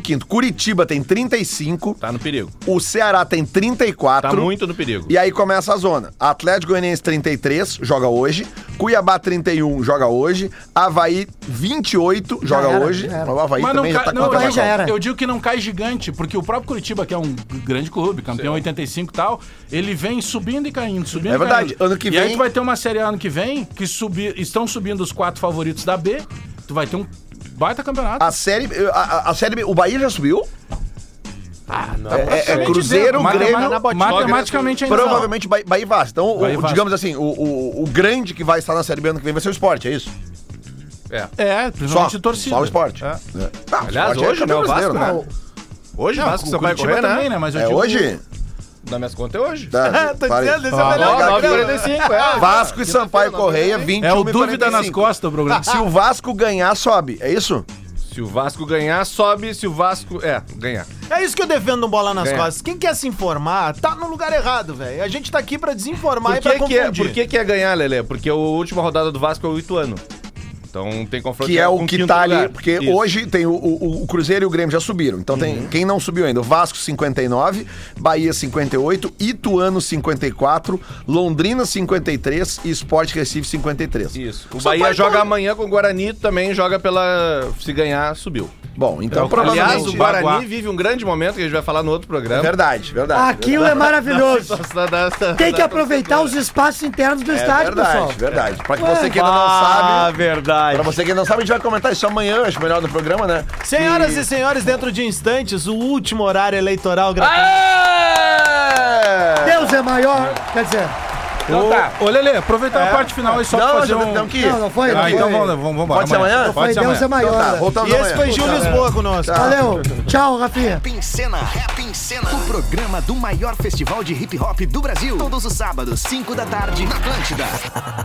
[SPEAKER 2] 15 Curitiba tem 35.
[SPEAKER 6] Tá no perigo.
[SPEAKER 2] O Ceará tem 34.
[SPEAKER 6] Tá muito no perigo.
[SPEAKER 2] E aí começa a zona. Atlético Goianiense 33, joga hoje. Cuiabá 31, joga hoje. Havaí 28, joga
[SPEAKER 7] era,
[SPEAKER 2] hoje.
[SPEAKER 7] já era.
[SPEAKER 2] O Havaí
[SPEAKER 3] Mas não
[SPEAKER 2] também já
[SPEAKER 3] cai.
[SPEAKER 2] tá com
[SPEAKER 3] Não,
[SPEAKER 2] outra
[SPEAKER 3] eu,
[SPEAKER 7] Havaí já
[SPEAKER 2] Copa.
[SPEAKER 7] era.
[SPEAKER 3] eu digo que não cai gigante, porque o próprio Curitiba, que é um grande clube, campeão 85 e tal, ele vem subindo e caindo, subindo
[SPEAKER 2] É
[SPEAKER 3] e
[SPEAKER 2] verdade,
[SPEAKER 3] caindo.
[SPEAKER 2] ano que
[SPEAKER 3] E aí
[SPEAKER 2] vem-
[SPEAKER 3] tu vai ter uma série A ano que vem, que subi... estão subindo os quatro favoritos da B, tu vai ter um baita campeonato.
[SPEAKER 2] A série, a- a, a série B, o Bahia já subiu? Ah, não. É, é Cruzeiro,
[SPEAKER 3] Matema-
[SPEAKER 2] Grêmio,
[SPEAKER 3] matematicamente ainda não.
[SPEAKER 2] provavelmente Bahia, Bahia e Vasco. Então, o-
[SPEAKER 3] Bahia e Vasco.
[SPEAKER 2] digamos assim, o, o- o grande que vai estar na série B ano que vem vai ser o Sport, é isso?
[SPEAKER 3] É,
[SPEAKER 2] Só,
[SPEAKER 3] principalmente de torcida.
[SPEAKER 2] só o Ah, Sport.
[SPEAKER 3] É.
[SPEAKER 6] Aliás, hoje,
[SPEAKER 2] é
[SPEAKER 6] né, o Vasco, né? Hoje o Vasco
[SPEAKER 3] O
[SPEAKER 6] só vai
[SPEAKER 3] Curitiba
[SPEAKER 6] correr,
[SPEAKER 3] também,
[SPEAKER 6] né?
[SPEAKER 3] né? Mas eu
[SPEAKER 2] É
[SPEAKER 3] digo-
[SPEAKER 2] hoje?
[SPEAKER 6] Na minhas contas é hoje.
[SPEAKER 2] Tá,
[SPEAKER 4] Tô
[SPEAKER 2] parei.
[SPEAKER 4] dizendo, esse é o
[SPEAKER 3] um
[SPEAKER 4] melhor
[SPEAKER 6] Ó,
[SPEAKER 4] programa.
[SPEAKER 6] 9h45, é.
[SPEAKER 2] Vasco e Sampaio Correia, 21
[SPEAKER 3] É o
[SPEAKER 2] e
[SPEAKER 3] dúvida nas
[SPEAKER 2] 45.
[SPEAKER 3] costas o (laughs) programa.
[SPEAKER 2] Se o Vasco ganhar, sobe. É isso?
[SPEAKER 6] Se o Vasco ganhar, sobe. Se o Vasco. É, ganhar.
[SPEAKER 4] É isso que eu defendo no Bola nas
[SPEAKER 6] É.
[SPEAKER 4] Costas. Quem quer se informar, tá no lugar errado, velho. A gente tá aqui pra desinformar
[SPEAKER 6] Por
[SPEAKER 4] e pra
[SPEAKER 6] que, que é,
[SPEAKER 4] confundir.
[SPEAKER 6] por que, que é ganhar, Lelê? Porque a última rodada do Vasco é o Ituano. Então tem confronto
[SPEAKER 2] Que é
[SPEAKER 6] com
[SPEAKER 2] o que
[SPEAKER 6] quinto
[SPEAKER 2] tá ali.
[SPEAKER 6] lugar.
[SPEAKER 2] Porque
[SPEAKER 6] Isso.
[SPEAKER 2] hoje tem o, o- o Cruzeiro e o Grêmio já subiram. Então tem quem não subiu ainda: o Vasco 59, Bahia 58, Ituano 54, Londrina 53 e Sport Recife 53.
[SPEAKER 6] Isso. O
[SPEAKER 2] Sampaio
[SPEAKER 6] Bahia joga
[SPEAKER 2] Corrêa.
[SPEAKER 6] amanhã com o Guarani, também joga pela. Se ganhar, subiu.
[SPEAKER 2] Bom, então provavelmente.
[SPEAKER 6] Aliás, o
[SPEAKER 3] Baguá.
[SPEAKER 6] Guarani vive um grande momento que a gente vai falar no outro programa.
[SPEAKER 2] Verdade, verdade.
[SPEAKER 7] Aquilo é maravilhoso.
[SPEAKER 6] Da- da- da-
[SPEAKER 7] Tem que
[SPEAKER 6] da-
[SPEAKER 7] aproveitar os espaços internos do
[SPEAKER 2] É
[SPEAKER 7] estádio,
[SPEAKER 2] verdade,
[SPEAKER 7] pessoal.
[SPEAKER 2] verdade. Pra que você que ainda não
[SPEAKER 5] Ah,
[SPEAKER 2] sabe.
[SPEAKER 5] verdade.
[SPEAKER 2] Pra você que ainda não sabe, a gente vai comentar isso amanhã, acho melhor no programa, né?
[SPEAKER 4] Senhoras e senhores, dentro de instantes, o último horário eleitoral gratuito.
[SPEAKER 7] Deus é maior. Quer dizer,
[SPEAKER 3] Então tá. Ô, Lelê, aproveitar a parte final e só pra
[SPEAKER 2] Não,
[SPEAKER 3] fazer
[SPEAKER 2] já
[SPEAKER 3] um...
[SPEAKER 2] não, que.
[SPEAKER 7] não, não foi? Não
[SPEAKER 3] Ah,
[SPEAKER 7] foi.
[SPEAKER 3] então vamos, vamos, vamos
[SPEAKER 2] Pode ser amanhã?
[SPEAKER 7] Foi
[SPEAKER 3] Pode ser
[SPEAKER 7] Deus é
[SPEAKER 3] amanhã.
[SPEAKER 7] maior.
[SPEAKER 2] Então tá, voltamos
[SPEAKER 4] E esse
[SPEAKER 2] amanhã.
[SPEAKER 4] foi Gil Lisboa conosco.
[SPEAKER 7] Valeu. Tchau, Rafinha.
[SPEAKER 1] Pincena, Repincena, o programa do maior festival de hip hop do Brasil. Todos os sábados, 5 da tarde, na Atlântida.